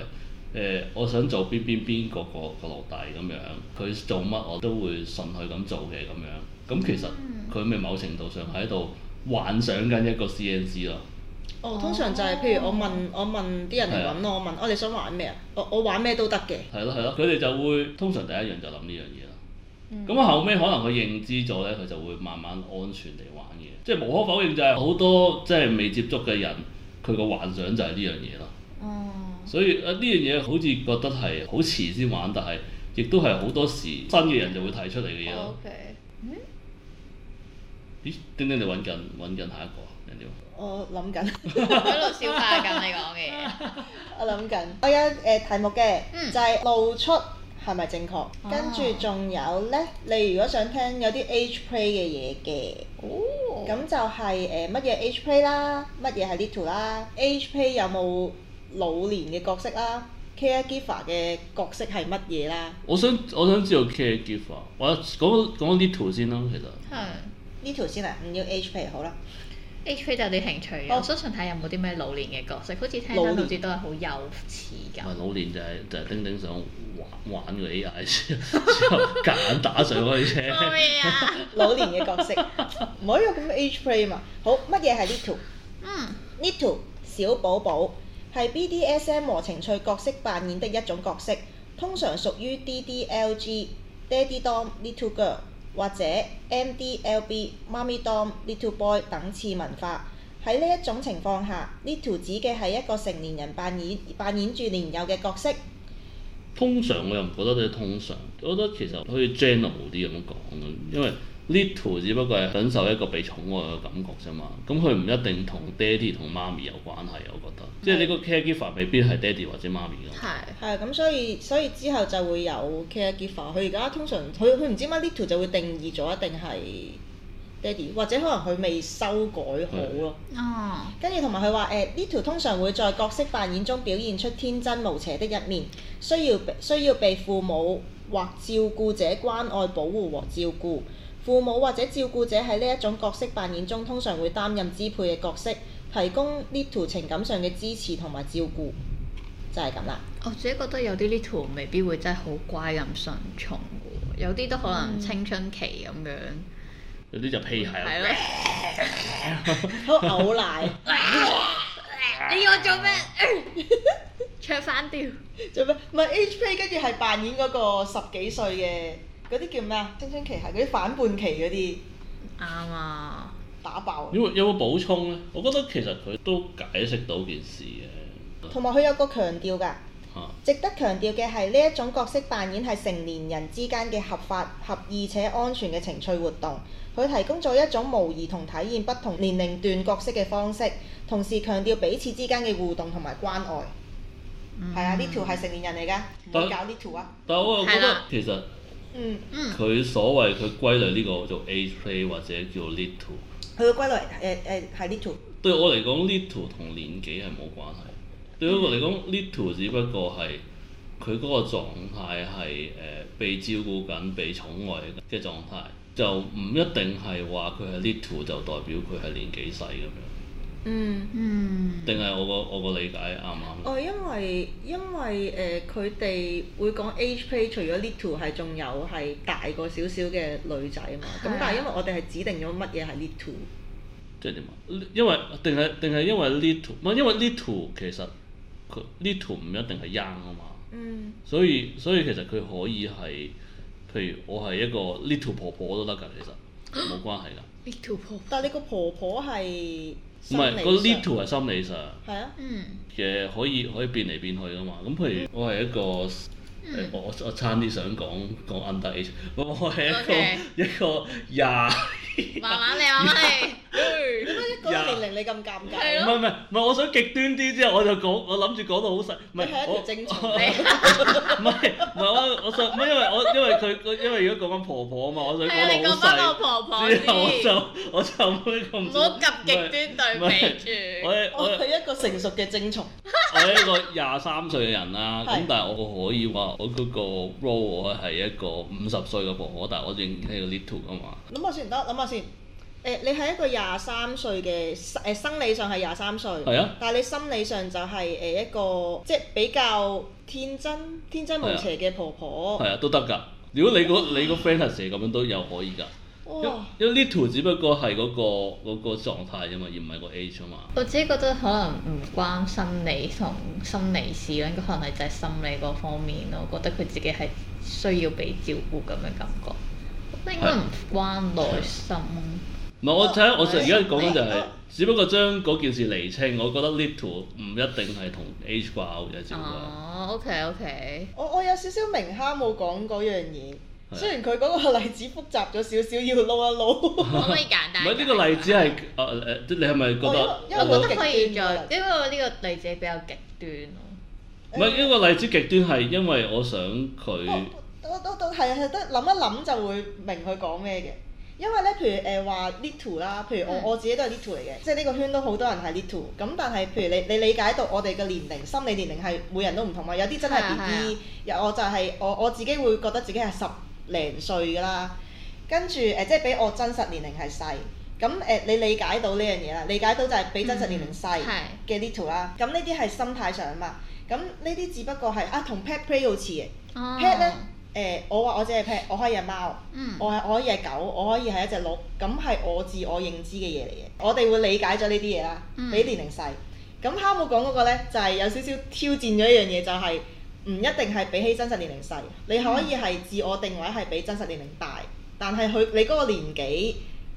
呃我想做邊邊邊個個個奴隸咁樣，佢做乜我都會順佢咁做嘅咁樣。咁其實佢咪某程度上喺度幻想緊一個 CNC 咯。
哦，通常就係譬如我問我問啲人
啊
嚟揾我，我問我哋想玩咩啊？我我玩咩都得嘅。
係咯係咯，佢哋就會通常第一樣就諗呢樣嘢啦。咁、
嗯
後尾可能佢認知咗咧，佢就會慢慢安全地玩嘅。即係無可否認就係好多即係未接觸嘅人，佢個幻想就係呢樣嘢咯。
哦，
所以啊呢樣嘢好似覺得係好遲先玩，但係亦都係好多時新嘅人就會提出嚟嘅嘢咯
O。K，
咦，丁丁你揾緊揾緊下一個啊，人哋話
我諗緊，
喺度消化緊你講嘅嘢。
我諗緊。我有誒、呃、題目嘅，
嗯哦
就係露出係咪正確？跟住仲有呢，你如果想聽有啲 age play 嘅嘢嘅，
哦
咁就係誒乜嘢 age play 啦，乜嘢係 little 啦，age play 有冇老年嘅角色啦？ caregiver 嘅角色係乜嘢啦？
我想我想知道 caregiver，或者講講呢條先啦，其實
呢條先啊，唔要 H P 好啦。
H P 就有啲興趣嘅，
哦
我想想睇下有冇啲咩老年嘅角色，好似聽
老
得
年
好似都係好幼稚
唔
咁。
係老年就係、就係、丁丁想玩玩個 AI 先，之後夾硬打上去
救
啫。
命啊！
老年嘅 角色，唔可以有咁 age play 嘛。好，乜嘢係 little
嗯，
little 小寶寶係 BDSM 和情趣角色扮演的一種角色，通常屬於 DDLG Daddy Dom Little Girl 或者 MDLB Mommy Dom Little Boy 等次文化。喺呢一種情況下，little 指嘅係一個成年人扮演扮演住年幼嘅角色。
通常我又唔覺得佢通常，我覺得其實可以 general 啲咁樣講咯，因為 little 只不過係享受一個被寵愛嘅感覺啫嘛。咁佢唔一定同爹哋同媽咪有關係，我覺得。即係你個 caregiver 未必係爹哋或者媽咪㗎。
係。
係咁，所以所以之後就會有 caregiver。佢而家通常佢佢唔知乜 little 就會定義咗一定係爹哋，或者可能佢未修改好咯。
哦，
跟住同埋佢話誒 little 通常會在角色扮演中表現出天真無邪的一面，需要需要被父母或照顧者關愛、保護和照顧。父母或者照顧者喺呢一種角色扮演中，通常會擔任支配嘅角色，提供 little 情感上嘅支持同埋照顧，就係咁啦。
我自己覺得有啲 little 未必會真係好乖咁順從嘅喎，有啲都可能青春期咁樣。
有啲就屁係
係
啦。
咯。
好嘔奶，
哎你要我做咩？ 唱反調。
做咩？唔係 H P 跟住係扮演嗰個十幾歲嘅嗰啲叫咩啊？青春期係嗰啲反叛期嗰啲
啱啊！
打爆。
因為有冇補充咧？我覺得其實佢都解釋到件事嘅。
同埋佢有個強調㗎，
嚇、
值得強調嘅係呢一種角色扮演係成年人之間嘅合法、合意且安全嘅情趣活動。佢提供咗一種模擬同體驗不同年齡段角色嘅方式，同時強調彼此之間嘅互動同埋關愛。
嗯
係啊，呢條係成年人嚟㗎，唔好搞呢條啊。
但係我又覺
係
得
啦
其實
嗯。
嗯
佢所謂佢歸類呢個做 age play 或者叫 little，
佢嘅歸類誒誒係 little，
對我嚟講 little 同年紀係冇關係。對我嚟講 little 只不過係佢嗰個狀態係誒、呃被照顧緊、被寵愛嘅狀態，就唔一定係話佢係 little 就代表佢係年紀細咁樣。
嗯，
嗯。
定係我個我個理解啱唔啱？
哦，因為因為誒佢哋會講 age play，除咗 little 係仲有係大個少少嘅女仔嘛，咁
係啊
但係因為我哋係指定咗乜嘢係 little，
即係點啊？因為定係定係因為 little，唔係因為 little 其實佢 little 唔一定係 young 啊嘛，
嗯，
所以所以其實佢可以係，譬如我係一個 little 婆婆都得㗎，其實冇關係㗎。
little 婆。
但係你個婆婆係
唔
心理
係
上
個 little 係心理上
係啊，
嗯。
嘅，可以可以變嚟變去㗎嘛。咁譬如我係一個誒、我我我差啲想講講 under age，我 我係一個
OK
一個廿。
慢慢嚟，慢慢嚟。
嗰個年齡你咁尷
係
尬，
唔係唔係唔係，我想極端啲之後，我就講，我諗住講到好細，唔
你係
係
一條
我
正
我
常
唔
嘅，
哎
係唔係我我想，唔係因為我因為佢佢因為如果講緊婆婆啊嘛，我想
係啊，你
講
講翻
到好
我婆婆
細，之後 我
先，
就我就冇呢個
唔好咁極端對比
我
住。
係我
我
係
哦係一個成熟嘅正蟲，
我係一個廿三歲嘅人啦，
係
咁但係我可以話我嗰個 role 我係一個五十歲嘅婆婆，但係我仍然係個 little 啊嘛。
諗下先得，諗下先。誒，你係一個廿三歲嘅，誒生理上係廿三歲，
係啊
但係你心理上就係誒一個即係比較天真、天真無邪嘅婆婆。
係啊，都得㗎。如果你個你個 fantasy 咁樣都有可以㗎。
哇！
因為 little 只不過係嗰、個嗰、個狀態啫嘛，而唔係個 age 啊嘛。
我自己覺得可能唔關生理同心理事啦，應該可能係就係心理嗰方面咯。我覺得佢自己係需要被照顧咁嘅感覺，我覺得應該唔關內心。
唔係我睇下，我就而家講緊就係、
哦
只不過將嗰件事釐清。我覺得 little 唔一定係同 age 掛鈎嘅，只不過係。
哦，OK OK，
我我有少少明蝦冇講嗰樣嘢，
係啊
雖然佢嗰個例子複雜咗少少，要撈一撈。
可唔可以簡單？
唔係呢個例子係啊誒，即係你係咪覺
哦因為
得？
我覺得可以
因為好
再
極端，
因為呢個例子比較極端咯。
唔係呢個例子極端係因為我想佢
啊我我我係係得諗一諗就會明佢講咩嘅。因為咧，譬如誒話 little 啦，譬如我、
嗯
我自己都係 little 嚟嘅，即係呢個圈都好多人係 little。咁但係譬如你你理解到我哋嘅年齡、心理年齡係每人都唔同嘛，有啲真係
係啊
B B，有我就係、我我自己會覺得自己係十零歲㗎啦。跟住誒、即係比我真實年齡係細。咁誒、你理解到呢樣嘢啦，理解到就係比真實年齡細
嗯係
嘅 little 啦。咁呢啲係心態上啊嘛。咁呢啲只不過係啊同 pet play 好似嘅。
哦
pet 哦咧，誒、我話我只係 pet，我可以係貓，
嗯
我係我可以係狗，我可以係一隻鹿，咁係我自我認知嘅嘢嚟嘅。我哋會理解咗呢啲嘢啦，
嗯
比年齡細。咁哈姆講嗰個咧，就係、有少少挑戰咗一樣嘢，就係、唔一定係比起真實年齡細，你可以係自我定位係比真實年齡大，但係佢你嗰個年紀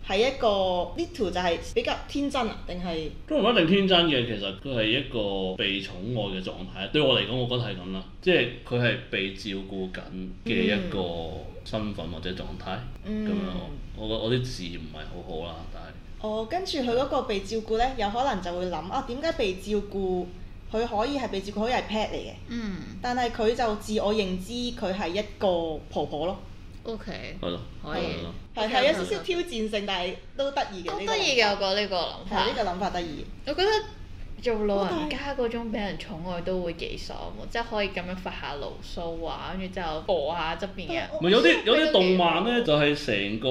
係一個 little 就係比較天真啊，定係
都唔一定天真嘅，其實佢係一個被寵愛嘅狀態。對我嚟講，我覺得係咁啦，即係佢係被照顧緊嘅一
嗯
個身份或者狀態咁樣
嗯。
我我我啲字唔係好好啦，但係
哦，跟住佢嗰個被照顧咧，有可能就會諗啊，點解被照顧佢可以係被照顧，可以係 pet 嚟嘅，
嗯
但係佢就自我認知佢係一個婆婆咯，
，OK，
係咯，
可以
係咯。
係係有少少挑戰性，但係都得意嘅。
好
呢個
得意嘅，我覺得呢個諗
係呢
法。
個諗法得意。
我覺得做老人家嗰種俾人寵愛都會幾爽喎，即係可以咁樣發下牢騷啊，跟住之後播下側邊嘅人。
咪有啲有啲動漫咧，就係成個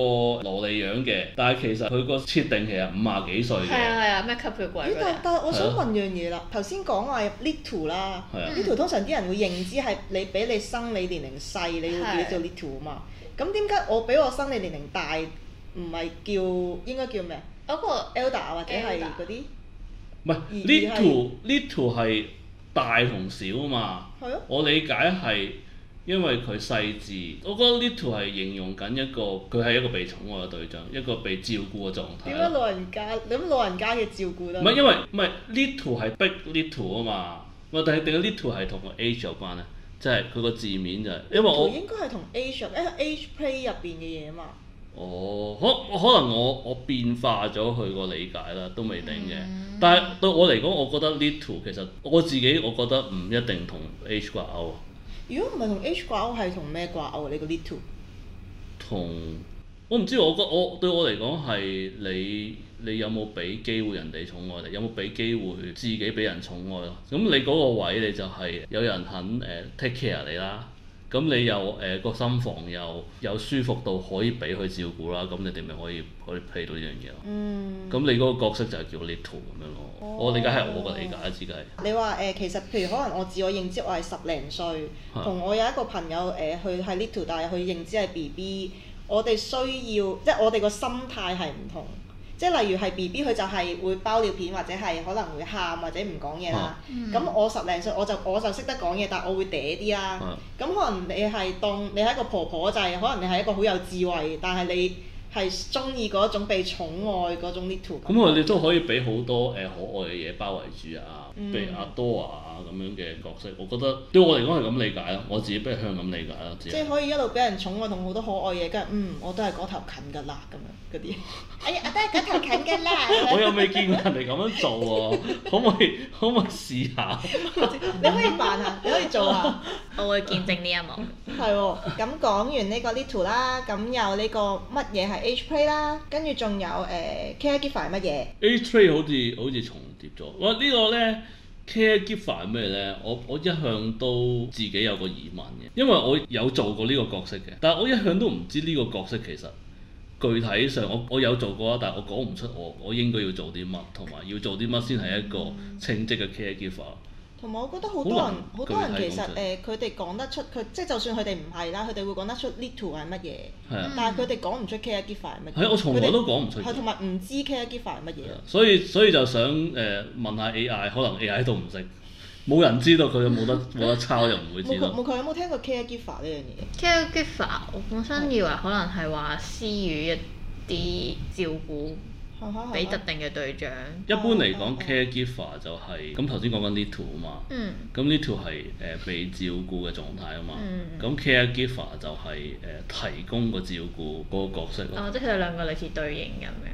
蘿莉樣嘅，但係其實佢個設定其實五廿幾歲
係啊
嘅，
係啊，咩吸血鬼
咦？
嗰啲
但
啊。
但係我想問樣嘢啦，頭先講話 little 啦
係啊
，little 通常啲人會認知係你比你生理年齡細，你會叫做 little 啊嘛。咁點解我比我生理年齡大，唔係叫應該叫咩
嗰個
？elder 啊或者係
elder
嗰啲
唔係
而
little little 係大同小啊嘛。
係咯。
我理解係因為佢細緻，我覺得 little 係形容緊一個佢係一個被寵愛嘅對象，一個被照顧嘅狀態
點解
啦。
老人家咁老人家嘅照顧
唔
都
係因為唔係 little 係 big little 啊嘛，我但係定係 little 係同個 age 有關咧，啊即係佢個字面就係、因為
佢
我
應該係同 age 有因為 age play 入邊嘅嘢嘛。
哦，可可能我我變化咗佢個理解啦，都未定嘅。
嗯
但係對我嚟講，我覺得 little 其實我自己我覺得唔一定同 age 掛鈎，啊
如果唔係同 age 掛鈎，係同咩掛鈎啊？你個 little
同我唔知我覺我對我嚟講係你你有冇俾機會人哋寵愛你，有冇俾機會自己俾人寵愛咯？咁你嗰個位你就係有人肯誒、呃 take care 你啦。咁你又誒個、心房又又舒服到可以俾佢照顧啦，咁你哋咪可以可以 play 到呢樣嘢咯。
嗯。
咁你嗰個角色就係叫 little 咁樣咯。
哦
我理解係我個理解，自己係
你話誒、呃其實譬如可能我自我認知我係十零歲，
係
同我有一個朋友誒，佢、係 little，但係佢認知係 B B。我哋需要即係我哋個心態係唔同，即係例如係 B B 佢就係會包尿片或者係可能會喊或者唔講嘢啦。咁、我十零歲我就我就識得講嘢，但我會嗲啲啊啦。
啊
咁可能你係當你係一個婆婆，就係、可能你係一個好有智慧，但係你係中意嗰種被寵愛嗰種 little 感。
咁我哋都可以俾好多誒、呃可愛嘅嘢包圍住啊，
嗯
譬如阿多啊咁樣嘅角色，我覺得對我嚟講係咁理解咯，啊我自己不向咁理解啊咯，只
即係
係
可以一路俾人寵愛同好多可愛嘢，跟住嗯我都係嗰頭近㗎啦咁樣嗰啲。 哎呀，我都係嗰頭近㗎啦。
我又未見過人哋咁樣做喎、可唔可以可唔可以試下？
你可以扮 下，你可以做下。
我會見證呢一幕。
係喎，咁講完呢個 little 啦，咁有呢個乜嘢係 age play 啦，跟住仲有誒 caregiver 係乜嘢？
A tray 好似好似重疊咗。哇！呢個呢 caregiver 係咩呢？我我一向都自己有個疑問嘅，因為我有做過呢個角色嘅，但係我一向都唔知呢個角色其實具體上我我有做過啊，但係我講唔出我我應該要做啲乜，同埋要做啲乜先係一個稱職嘅 caregiver。
同埋我覺得好多人
好難
好多人
具
其
體
實
講出
誒佢哋講得出佢即係就算佢哋唔係啦，佢哋會講得出 little 係乜嘢，
係
嗯
啊，
但係佢哋講唔出 caregiver 係乜嘢。
係啊我從來都講唔出
嗯佢
嘅
哋係同埋唔知 caregiver 係乜嘢
係。啊所以所以就想誒、呃、問下 AI，可能 AI 都唔識，冇人知道佢有冇得冇得抄又唔會
冇
知
佢
道。
冇佢有冇聽過 caregiver 呢樣嘢？
caregiver，我本身以為可能係話施予一啲照顧俾特定嘅對象。
一般嚟講，caregiver 就係咁頭先講緊 little 啊嘛。
嗯
咁呢條係誒被照顧嘅狀態啊嘛，
嗯
咁、caregiver 就係、誒、提供個照顧嗰個角色
哦
咯，，
即係佢哋兩個類似對應咁樣。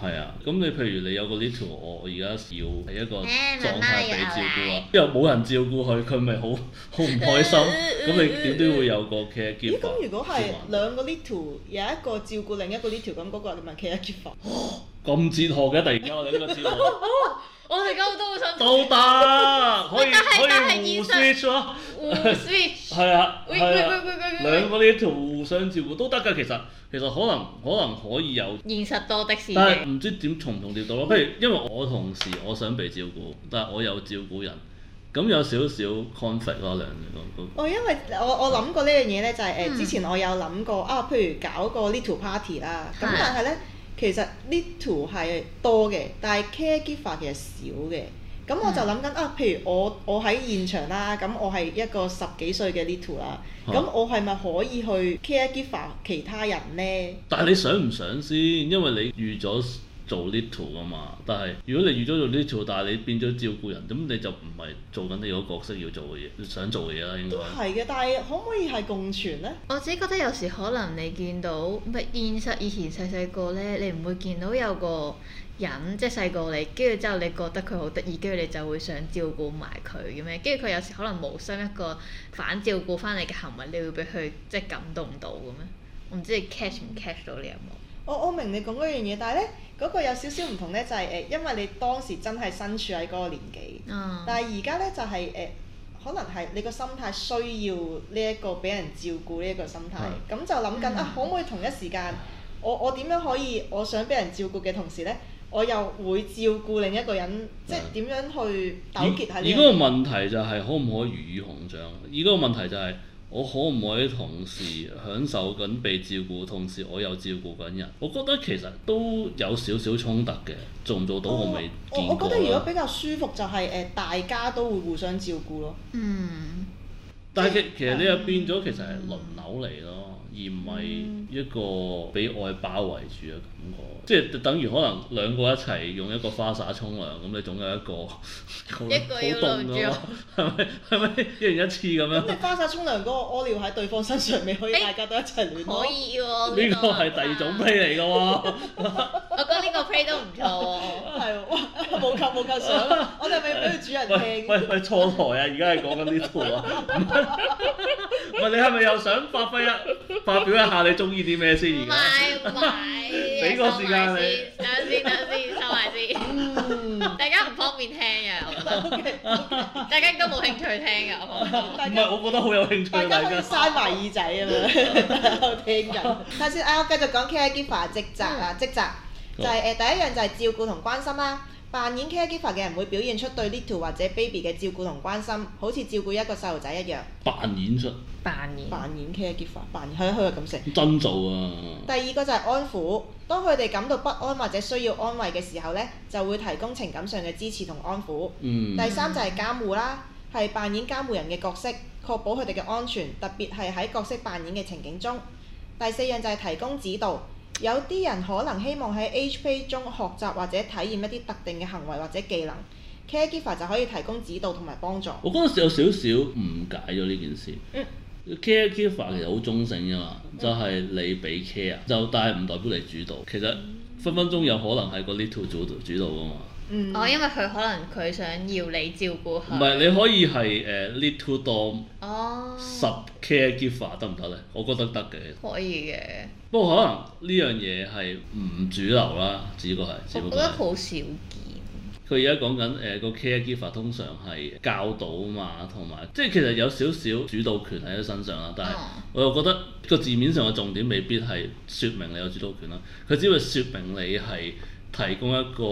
係啊，咁你譬如你有個 little，我而家要係一個
誒
狀
媽媽
態俾
要
照顧
牛奶
啊，因為冇人照顧佢，佢咪好好唔開 心。咁你點都會有個 care g i
咦，
v
咁如果係兩個 little 有一個照顧另一個 little，咁嗰個咪企喺結房？
咁哲學嘅，突然間我哋呢個節 目
我哋今日都好想
都得，可以
但係但係
可以
現
互
實
switch 咯，
互 switch，
係啊
喂
係
喂喂喂
啊，
喂
兩個 little 互相照顧都得㗎。其實其實可能可能可以有
現實多的是
但係
嘅。
唔知點重唔重疊到咯。譬如因為我同事我想被照顧，但係我有照顧人，咁有少少 conflict 咯，兩個嗰
哦，因為我我諗過呢樣嘢咧，就係、誒、
嗯
之前我有諗過啊，譬如搞個 little party 啦，咁
係
但係咧其實 little 係多嘅，但係 caregiver 其實少嘅。咁
嗯
我就諗緊啊，譬如我我喺現場啦，咁我係一個十幾歲嘅 little 啦，
嚇
咁我係咪可以去 caregiver 其他人呢？
但係你想唔想先？因為你預咗做 little 噶嘛。但係如果你預咗做 little，但係你變咗照顧人，咁你就唔係做緊你個角色要做嘅嘢，你想做嘅嘢啦，應該
都。係嘅，但係可唔可以係共存呢？
我自己覺得有時可能你見到咪現實以前細細個咧，你唔會見到有個人即係細個你，跟住之後你覺得佢好得意，跟住你就會想照顧埋佢咁樣，跟住佢有時可能無心一個反照顧翻你嘅行為，你會俾佢即係感動到咁樣。我唔知你 catch 唔 catch 到你有冇？
我我明你講嗰樣嘢，但係呢嗰個有少少唔同呢，就係、誒，因為你當時真係身處喺嗰個年紀。
嗯，
但係而家咧就係、誒、可能係你個心態需要呢一個俾人照顧呢一個心態，咁
嗯
就諗緊、啊，可唔可以同一時間，我我點樣可以我想俾人照顧嘅同時咧，我又會照顧另一個人，即
嗯
係點樣去糾結喺
而
呢
嗰
樣
個
嘢？
問題就係可唔可以魚與熊掌？而嗰個問題就係我可唔可以同時享受緊被照顧，同時我又照顧緊人？我覺得其實都有少少衝突嘅，做唔做到我未
我哦
見
我
過
覺得如果
啦
比較舒服就係、誒、呃大家都會互相照顧咯。
嗯，
但係其其實你又變咗，其實係輪流嚟咯，而唔係一個俾愛包圍住嘅感覺。即係等於可能兩個一齊用一個花灑沖涼，咁你總有一個好
一個要
好凍
留
㗎
住
嘛，係咪係咪一人一次咁樣
咁？你花灑沖涼嗰個屙尿喺對方身上，咪可以
誒
大家都一齊亂咯
可。以喎。
呢個係第二種 play 嚟 嘅喎，
我覺得呢個 play 都唔錯喎。
係喎， 哇冇夠冇夠想，啊我哋咪俾佢主人
喂
聽。
喂喂，錯台啊！而家係講緊呢套啊，唔係你係咪又想發揮一發表一下你中意啲咩先？
唔
而家
係唔係，
俾個時間你
收埋先，等陣先，等陣先，收埋先。
嗯
大家唔方便聽嘅，我覺得大家亦都冇興趣聽嘅，啊我覺得。
大
唔
家
係我覺得好有興趣
大
大
家可以
家。
嘥埋耳仔啊嘛， 喺度聽緊。睇下先啊，我繼續講 caregiver 職責啊，職責就係誒呃第一樣就係照顧同關心啦。扮演 caregiver 嘅人會表現出對 little 或者 baby 嘅照顧同關心，好似照顧一個細路仔一樣。
扮演出
扮演
扮演 caregiver，扮演係啊佢係咁寫。
真做啊！
第二個就係安撫，當佢哋感到不安或者需要安慰嘅時候呢，就會提供情感上嘅支持同安撫。
嗯，
第三就係監護啦，係扮演監護人嘅角色，確保佢哋嘅安全，特別係喺角色扮演嘅情景中。第四樣就係提供指導，有啲人可能希望喺 HP 中學習或者體驗一啲特定嘅行為或者技能，caregiver 就可以提供指導同埋幫助。
我嗰陣時有少少誤解咗呢件事。
嗯
caregiver 其實好中性㗎嘛，就係你俾 care，就但係唔代表你主導。其實分分鐘有可能係個 little 主導主導㗎嘛。
嗯，
哦，因為佢可能佢想要你照顧
唔
佢。
係你可以係誒 little dom
哦，
十 caregiver 得唔得呢？我覺得得嘅，
可以嘅，
不過可能呢樣嘢係唔主流啦，只不過係，只
我
不過
覺
係
得好少見。
佢而家講緊誒個 caregiver 通常係教導啊嘛，同埋即係其實有少少主導權喺佢身上啦，但係
哦
我又覺得個字面上嘅重點未必係説明你有主導權啦，佢只會説明你係提供一個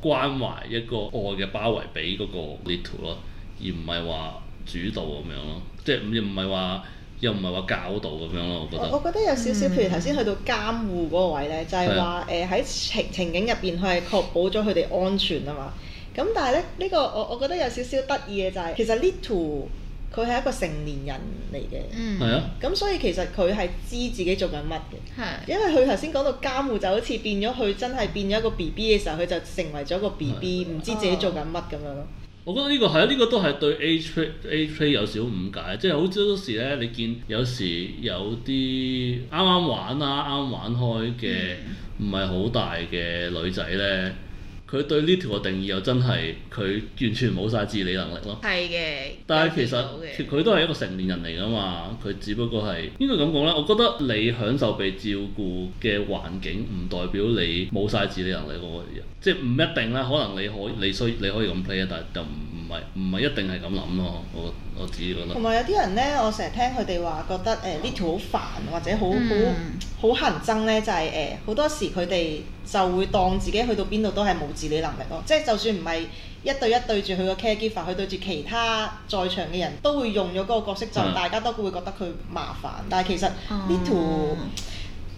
關懷、一個愛嘅包圍俾嗰個 little 咯，而唔係話主導咁樣咯，即係唔唔係話又唔係話教導咁樣咯，我覺
我
得
我覺得有少少，譬如頭先去到監護嗰個位咧，就係話誒喺情情景入邊，佢係確保咗佢哋安全啊嘛。咁但係咧，呢個我我覺得有少少得意嘅就係，其實 Little 佢係一個成年人嚟嘅，
嗯，
係啊。
咁所以其實佢係知自己做緊乜嘅。
係。
因為佢頭先講到監護就好似變咗佢真係變咗一個 B B 嘅時候，佢就成為咗個 B B，唔知自己做緊乜咁樣咯。
我覺得呢、個係啊呢個都係對 A trade A trade 有少誤解，即係好多時咧，你見有時有啲啱啱玩啊、啱玩開嘅唔係好大嘅女仔咧，佢對呢條嘅定義又真係佢完全冇晒自理能力咯。
係嘅。
但係其實
有見到嘅
佢都係一個成年人嚟㗎嘛，佢只不過係應該咁講啦。我覺得你享受被照顧嘅環境，唔代表你冇晒自理能力嗰個人，即係唔一定啦。可能你可你需你可以咁 play 啊，但係就唔唔係唔係一定係咁諗咯。我我自己覺得
同。埋有啲人咧，我成日聽佢哋話覺得誒呢條好煩或者好
嗯
好好乞人憎咧，就係誒好多時佢哋就會當自己去到邊度都係冇自理能力咯，即係就算唔係一對一對住佢個 caregiver，佢對住其他在場嘅人都會用咗嗰個角色，就
嗯
大家都會覺得佢麻煩，但係其實呢條
哦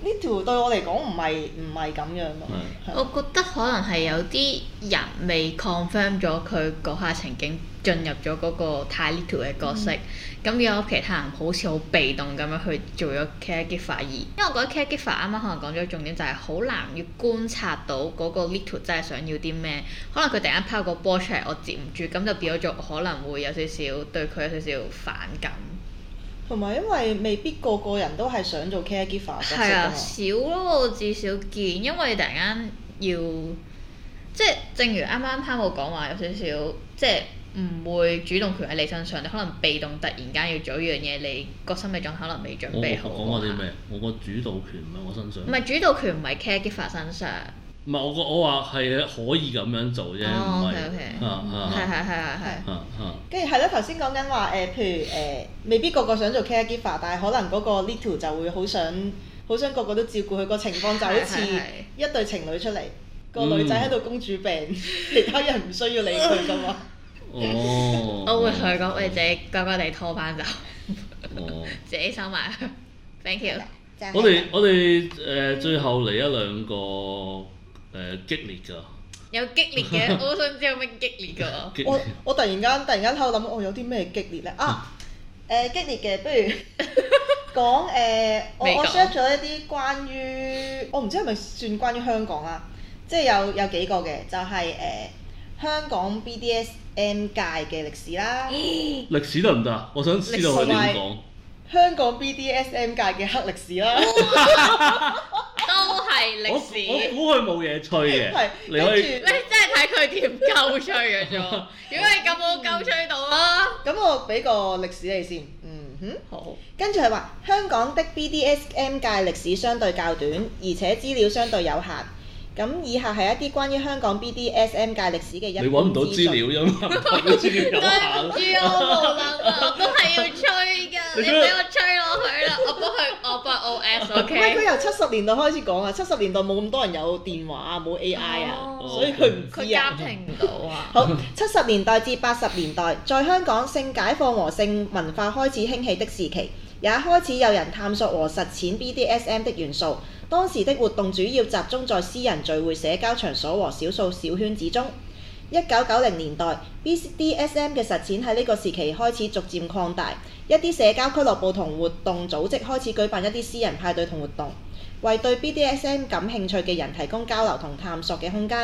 呢條對我嚟講唔係唔係咁樣咯，係
我覺得可能係有啲人未 confirm 咗佢嗰下情景進入咗嗰個太 little 嘅角色，咁有其他人好似好被動咁樣去做咗 caregiver 而，因為我覺得 caregiver 啱啱可能講咗重點就係好難要觀察到嗰個 little 真係想要啲咩，可能佢突然間拋個波出嚟，我接唔住，咁就變咗做可能會有少少對佢有少少反感。
同埋因為未必個個人都係想做 caregiver 角色
係
㗎
啊，
嘛
少咯，我至少見，因為突然間要，即係正如啱啱啱我講話有少少，即係唔會主動權喺你身上，你可能被動突然間要做一樣嘢，你個心理狀態可能未準
我
備好。
哦
啊
我講嗰啲？咩？我個主導權唔喺我身上
唔。係主導權唔係 caregiver 身上，
唔係我個我話係可以咁樣做啫，唔
哦
係
，OK，OK
啊
係
啊
係係係係。
啊啊！
跟住係啦，頭先講緊話誒，譬如誒、呃未必個個想做 caregiver，但係可能嗰個 little 就會好想好想個個都照顧佢個情況，就好似
係係
一對情侶出嚟，個女仔喺度公主病， 其他人唔需要理佢噶嘛。
哦，
我會同佢講，喂，自己乖乖地拖翻走，
哦。
自己收埋佢。Thank you。
就係啊
我哋我哋誒、呃最後嚟一兩個誒、呃激烈㗎，
有激烈 嘅，我好想知有咩激烈嘅喎。
激
我我突然間突然間喺度諗，我、有啲咩激烈咧啊？誒、
嗯
激烈嘅，不 如講誒、呃我
未
我
講
search 咗一啲關於我唔知係咪算關於香港啦，即係有有幾個嘅，就係、呃香港 BDSM 界嘅歷史啦，
歷史得唔得啊？我想知道佢點講。
香港 BDSM 界嘅黑歷史啦，
哦
都係
我我
歷史。
估佢冇嘢 吹
係
嘅，你可以
你
跟
真係睇佢點鳩吹嘅啫喎。如果係咁，我鳩吹到啊啦。
住咁我俾個歷史你先，嗯哼。
好。
跟住係話香港的 BDSM 界歷史相對較短，而且資料相對有限。咁以下係一啲關於香港 BDSM 界歷史嘅一般
你揾唔到資
訊。
料因 嘛，唔代表資料有
對唔
限。
住，我無能啊！我都係要吹㗎，
你
你
想
俾我吹落去啦！我幫佢，我幫 OS
唔係
OK。
佢由七十年代開始講啊，七十年代冇咁多人有電話啊，冇 AI 啊，
哦
所以佢唔
佢
知
家
啊。
庭唔到 啊！
好，七十年代至八十年代，在香港性解放和性文化開始興起的時期，也開始有人探索和實踐 BDSM 的元素。當時的活動主要集中在私人聚會、社交場所和少數小圈子中。一九九零年代，BDSM 嘅實踐喺呢個時期開始逐漸擴大，一啲社交俱樂部同活動組織開始舉辦一啲私人派對同活動，為對 BDSM 感興趣嘅人提供交流同探索嘅空間。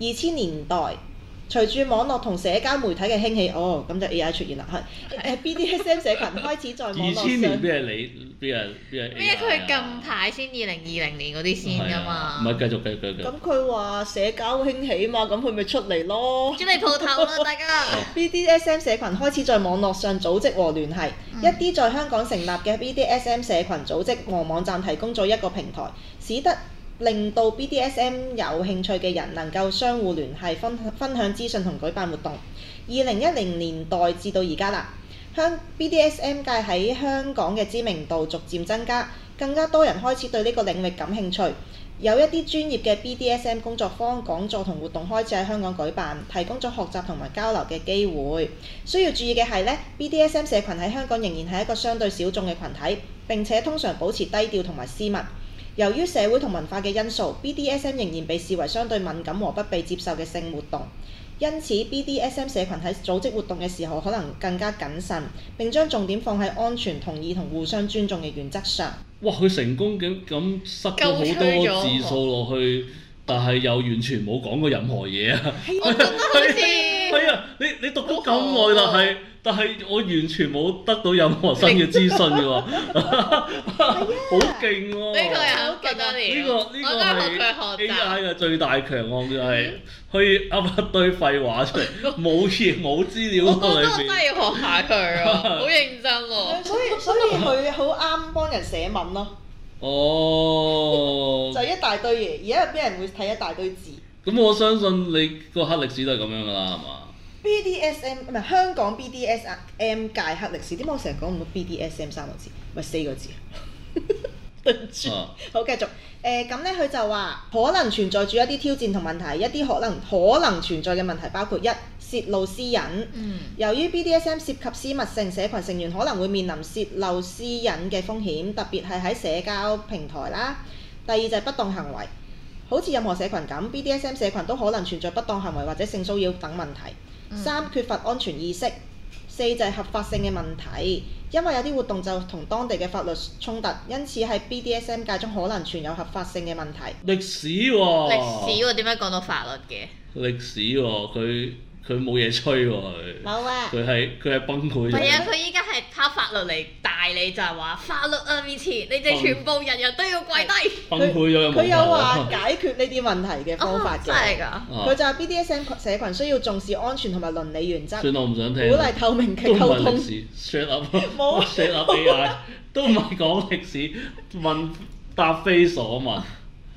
二千年代，隨住網絡同社交媒體嘅興起，哦，咁就 AI 出現啦，係誒 BDSM 社群開始在網
二千
絡
年
上。
邊係你邊係邊係 AI 啊？
咩？佢近排先二零二零年嗰啲先㗎嘛。
係啊唔係繼續繼續繼續繼續。
咁佢話社交興起嘛，咁佢咪出嚟咯。
出嚟鋪頭啦，大家。
BDSM 社群開始在網絡上組織和聯繫，一啲在香港成立嘅 BDSM 社群組織和網站提供咗一個平台，使得令到 BDSM 有興趣嘅人能夠相互聯繫、分分享資訊同舉辦活動。二零一零年代至到而家啦，香 BDSM 界喺香港嘅知名度逐漸增加，更加多人開始對呢個領域感興趣。有一啲專業嘅 BDSM 工作坊、講座同活動開始喺香港舉辦，提供咗學習同埋交流嘅機會。需要注意嘅係呢 BDSM 社群喺香港仍然係一個相對小眾嘅群體，並且通常保持低調同埋私密。由於社會同文化嘅因素，BDSM 仍然被視為相對敏感和不被接受嘅性活動。因此，BDSM 社群喺組織活動嘅時候可能更加謹慎，並將重點放喺安全、同意同互相尊重嘅原則上。
哇！佢成功咁咁塞咗好多字數落去，但係又完全冇講過任何嘢啊！
我覺得好似。
係啊，你你讀咗咁耐，但
啊
係但係我完全冇得到任何新嘅資訊嘅喎，好勁喎！
啊呢個又好多
呢
年，
個呢
我
個
都係學
係
佢學
AI
習。嗯
嘅最大強項就係可以噏一堆廢話 出嚟，冇嘢冇資料喎
我覺得
裏
我真係
邊。
要學下佢啊，好認真 喎。
所以所以佢好啱幫人寫文咯，
哦嗯
就，一大堆嘢，而家有啲人會睇一大堆字。
咁我相信你個黑歷史都係咁樣㗎啦，係嘛？
BDSM 唔係香港 BDSM 界黑歷史，點解我成日講唔到 BDSM 三個字，咪四個字？ 對唔 住，
啊
好繼續。誒咁咧，佢就話可能存在住一啲挑戰同問題，一啲可能可能存在嘅問題包括一泄露私隱。
嗯，
由於 BDSM 涉及私密性，社群成員可能會面臨泄漏私隱嘅風險，特別係喺社交平台啦。第二就係不當行為，好似任何社群咁，BDSM 社群都可能存在不當行為或者性騷擾等問題。
嗯
三缺乏安全意識，四就係合法性嘅問題，因為有啲活動就同當地嘅法律衝突，因此喺 BDSM 界中可能存有合法性嘅問題。
歷史
歷
喎，
史喎，點解講到法律嘅？
歷史喎、佢佢冇嘢吹喎、佢
冇啊
佢係佢係崩潰
係啊，
咗。
佢依家係拋法律嚟大你，就係話法律啊面前，你哋全部人人都要跪低。
崩潰咗有冇
佢有話
頭啊
解決呢啲問題嘅方法
哦
嘅。
真係㗎。
佢就係 BDSM 社群需要重視安全同埋倫理原則，鼓
啊算啦，我唔想聽。
勵透明嘅
都唔
溝
係
通
歷。史，shut up，
冇
shut up AI，都唔係講歷史，問答非所問。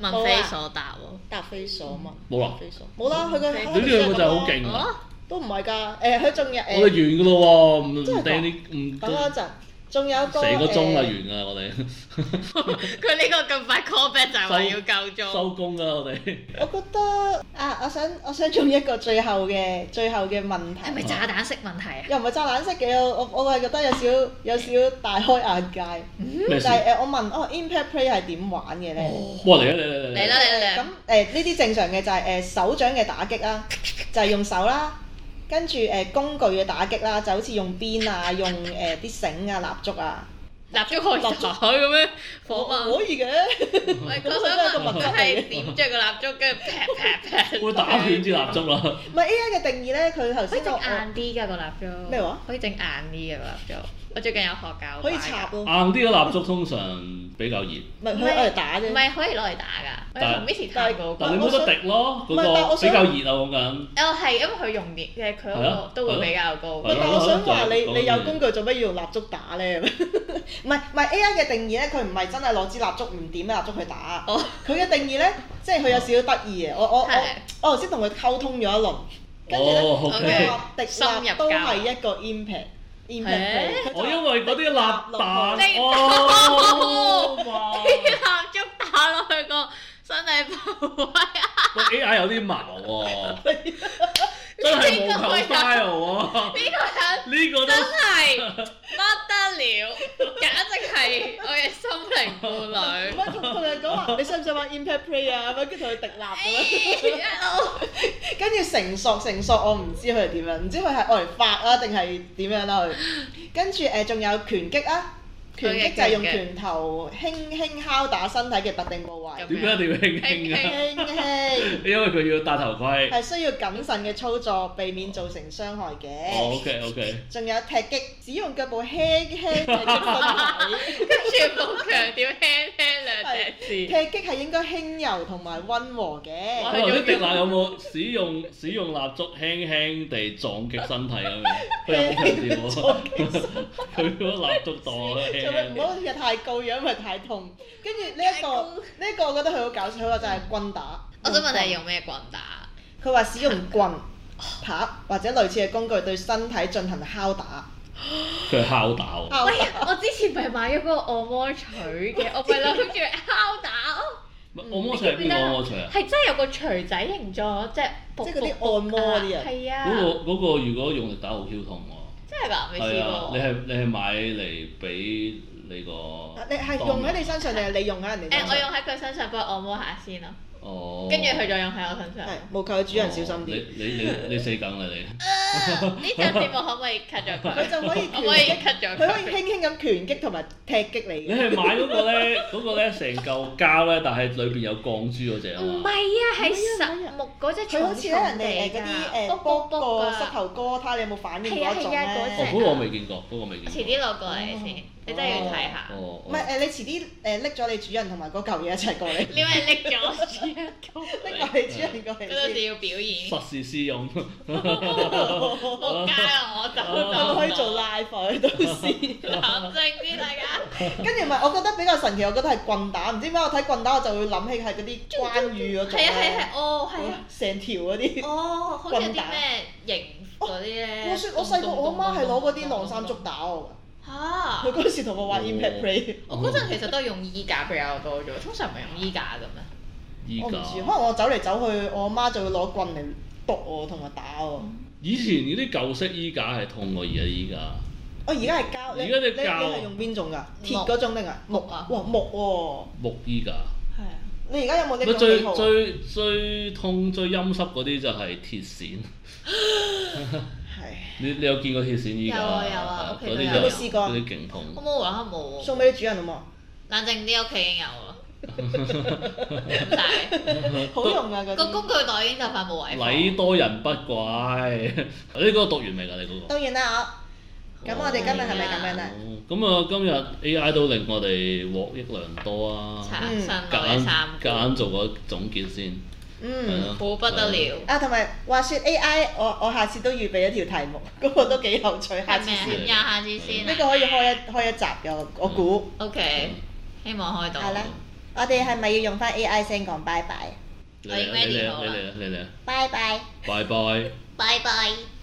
問非所答喎。
答非所問，
冇啦
答非所問。
冇啦，佢嘅
你呢兩個就係好勁
哦
啊！
都唔係㗎。誒，佢仲有
我哋完
誒，
㗎咯喎，唔唔
真係㗎
掟啲唔
等我一陣，仲有個
成個鐘啦，
誒
完㗎啦，我哋
佢呢個咁快 call back 就係話要夠鐘。
嗯收工㗎啦，我哋。
我覺得啊，我想我想用一個最後嘅最後嘅問題
係，咪炸彈式問題啊？
又唔係炸冷式嘅，我我我係覺得有少有少大開眼界。
咩
嗯
但
事？
係誒，我問哦，impact play 係點玩嘅咧？
哦
哇！嚟啦嚟啦嚟
嚟啦嚟啦
咁誒呢啲正常嘅就係、誒、手掌嘅打擊 啦，就係、用手啦，跟住誒、工具嘅打擊啦，就好似用鞭啊，用誒啲繩啊、蠟燭啊，
蠟燭開咗咁樣訪問。
可以嘅。
喂，我
我想
想
問
問佢係點着個蠟燭，跟住啪啪啪。
會打斷支蠟燭啦。
唔係 A I 嘅定義咧，佢頭
可以
先
整
我
硬啲㗎個蠟燭。
咩話
可以整硬啲嘅個蠟燭。我最近有學教。
可以插喎，
硬啲嘅蠟燭通常比較熱，
唔係佢攞嚟打啫
唔。係可以攞嚟打㗎。我有同 Miss 探過
但
但
你
係
過。
冇得滴咯，嗰
唔係但係
個
我
比
想
較熱啊講緊。
哦，係因為佢用電嘅，
係
佢嗰
啊
個都會比較高。
喂，但係我想話你，
講
你有
嘢
工具做乜要用蠟燭打咧？ 唔係唔係 A I 嘅定義咧，佢唔係真係攞支蠟燭唔點蠟燭去打。
哦
佢嘅定義咧，即係佢有少少得意嘅。我我
係
我我頭先同佢溝通咗一輪，跟住咧
哦
佢
OK
話滴
深入
蠟都
教
係一個 impact impact 嚟。佢就
我因為嗰啲蠟
你
彈，
哦
哦哇！
啲蠟燭打落去個身體部位啊！
個 AI 有啲矛喎，真係無球 style 喎，
呢個人
呢個都
真係不得了，簡直係我嘅心靈伴侶
唔。係同同佢講話，你想唔想玩 impact play 啊？咁樣跟住同佢滴蠟咁樣。
一路
跟住繩索繩索，我唔知佢係點樣，唔知佢係愛嚟發啊定係點樣啦佢。跟住誒，仲、有拳擊啊，拳擊就係用拳頭輕輕敲打身體嘅特定部位，
咁
點解一定要輕輕啊？
輕輕
因為佢要戴頭盔。
係需要謹慎嘅操作，避免造成傷害嘅。
O K O K，
仲有踢擊，只用腳步輕輕踢擊身體。
全部強調輕輕兩隻
踢
字，
擊係應該輕柔同埋温和嘅。
哇
我頭先迪娜有冇使用使用蠟燭輕輕地撞擊身體咁樣？佢有冇強調喎？ 佢嗰蠟燭當輕
做 咩
輕
唔好日太高，因為太痛。跟住呢一個呢一個，我覺得佢好搞笑。佢話就係棍打。
我想問你係用咩棍打？
佢話使用棍、 拍或者類似嘅工具對身體進行敲打。
佢敲打喎。
敲
喂
打，
我之前咪買咗嗰個按摩錘嘅，我咪諗住敲打咯。
唔係按摩錘係邊個按摩錘啊？
係真係有個錘仔形狀，即係
即係嗰啲按摩嗰啲啊
係
嗰個
啊，
嗰個如果用力打好 Q 痛喎。
真係㗎，未
係
試
啊，
過
你。係你係買嚟俾你個
你係用喺你身上定係你用喺人哋
誒，
身
我
上？
用喺佢身上幫佢按摩下先咯。
哦，
跟住佢再用喺我身上。
係務求主人小心啲。
你你你你死梗啦你！
呢集節目可唔可以 cut 咗佢？
佢就可 以
可唔可以 cut
佢
咗
可以
佢？
輕輕咁拳擊同埋踢擊你
你
嘅。
係買嗰個咧，嗰個咧成嚿膠咧，但係裏邊有鋼珠嗰只啊
唔係
嘛。
啊，係
唔係啊
實木嗰只
佢好
重
似咧人
重
哋誒
地
嗰
㗎，哦
啲誒
卜
卜
卜
個
卜
膝
㗎。
頭哥，睇下你有冇反應
係啊
嗰種
係啊嗰
哦
咧
隻。，
嗰個我未見過，嗰個未
遲
見過。
啲攞過嚟先，
哦
你真係要睇下。
哦，
唔係誒，你遲啲誒拎咗你主人同埋嗰嚿嘢一齊過 嚟，
你咪拎咗我主人 公，
拎埋你主人過嚟
嗰陣時
先。
要表演，
實啊時試用。
仆街啊！我走
我
就
可以做 live 啊到 時。
冷靜啲大家。
跟住唔係，我覺得比較神奇，我覺得係棍打，唔知點解我睇棍打我就會諗起係嗰啲關羽嗰種
係啊係
咧，
係，哦係啊，
成條嗰啲。
哦好似有啲咩型嗰啲咧。
我説哦我細個我媽係攞嗰啲晾衫竹打我㗎，佢
嚇！
嗰時同我玩 impact play，
我嗰陣其實都係用衣架比較多咗，通常唔係用衣架嘅咩？
依
我唔
家
知，可能我走嚟走去，我媽就會攞棍嚟督我同埋打
嗯
我。
以前嗰啲舊式衣架係痛過而家衣架。
我哦而家係膠，啊你
而家隻
你你
膠
係用邊種㗎？鐵嗰種定係
啊木啊
哇木
木衣架。
喎！係啊！你而家有冇呢
咪
種
最
喜好啊？
最最痛最陰濕嗰啲就係鐵線。
係
你你有見過鐵線衣架？
有啊有啊
嗰啲
屋企都有
就
有冇試過
嗰啲勁痛。
我冇玩，我
送
冇。
俾你主人好啊
冷靜啲，屋企已經 有啦，唔晒。
冇？好用啊嗰
個
啲。
工具袋已經就快冇位放。
禮多人不怪。 你嗰個讀完未㗎？你嗰個？
當然啦，咁我哋今日係咪咁樣啊咧？
哦咁啊，今日 A.I. 都令我哋獲益良多啊！
擦新
夾
來
硬
衫褲，
夾硬做個總結先，係
嗯。
咯
好不得了。
啊，同埋話說 AI，我我下次都預備一條題目， 嗰個都幾有趣，下
係
次
咩啊？
先。
先
廿下次先啊。
呢個可以開一開一集嘅，我我估。
O
嗯
K，希望開到。
係啦，我哋係咪要用翻 AI 聲講拜拜？
你
我已經
嚟啊你
ready
嚟啊
好啦
你嚟啊你嚟啊，
拜拜。
拜拜。
拜拜。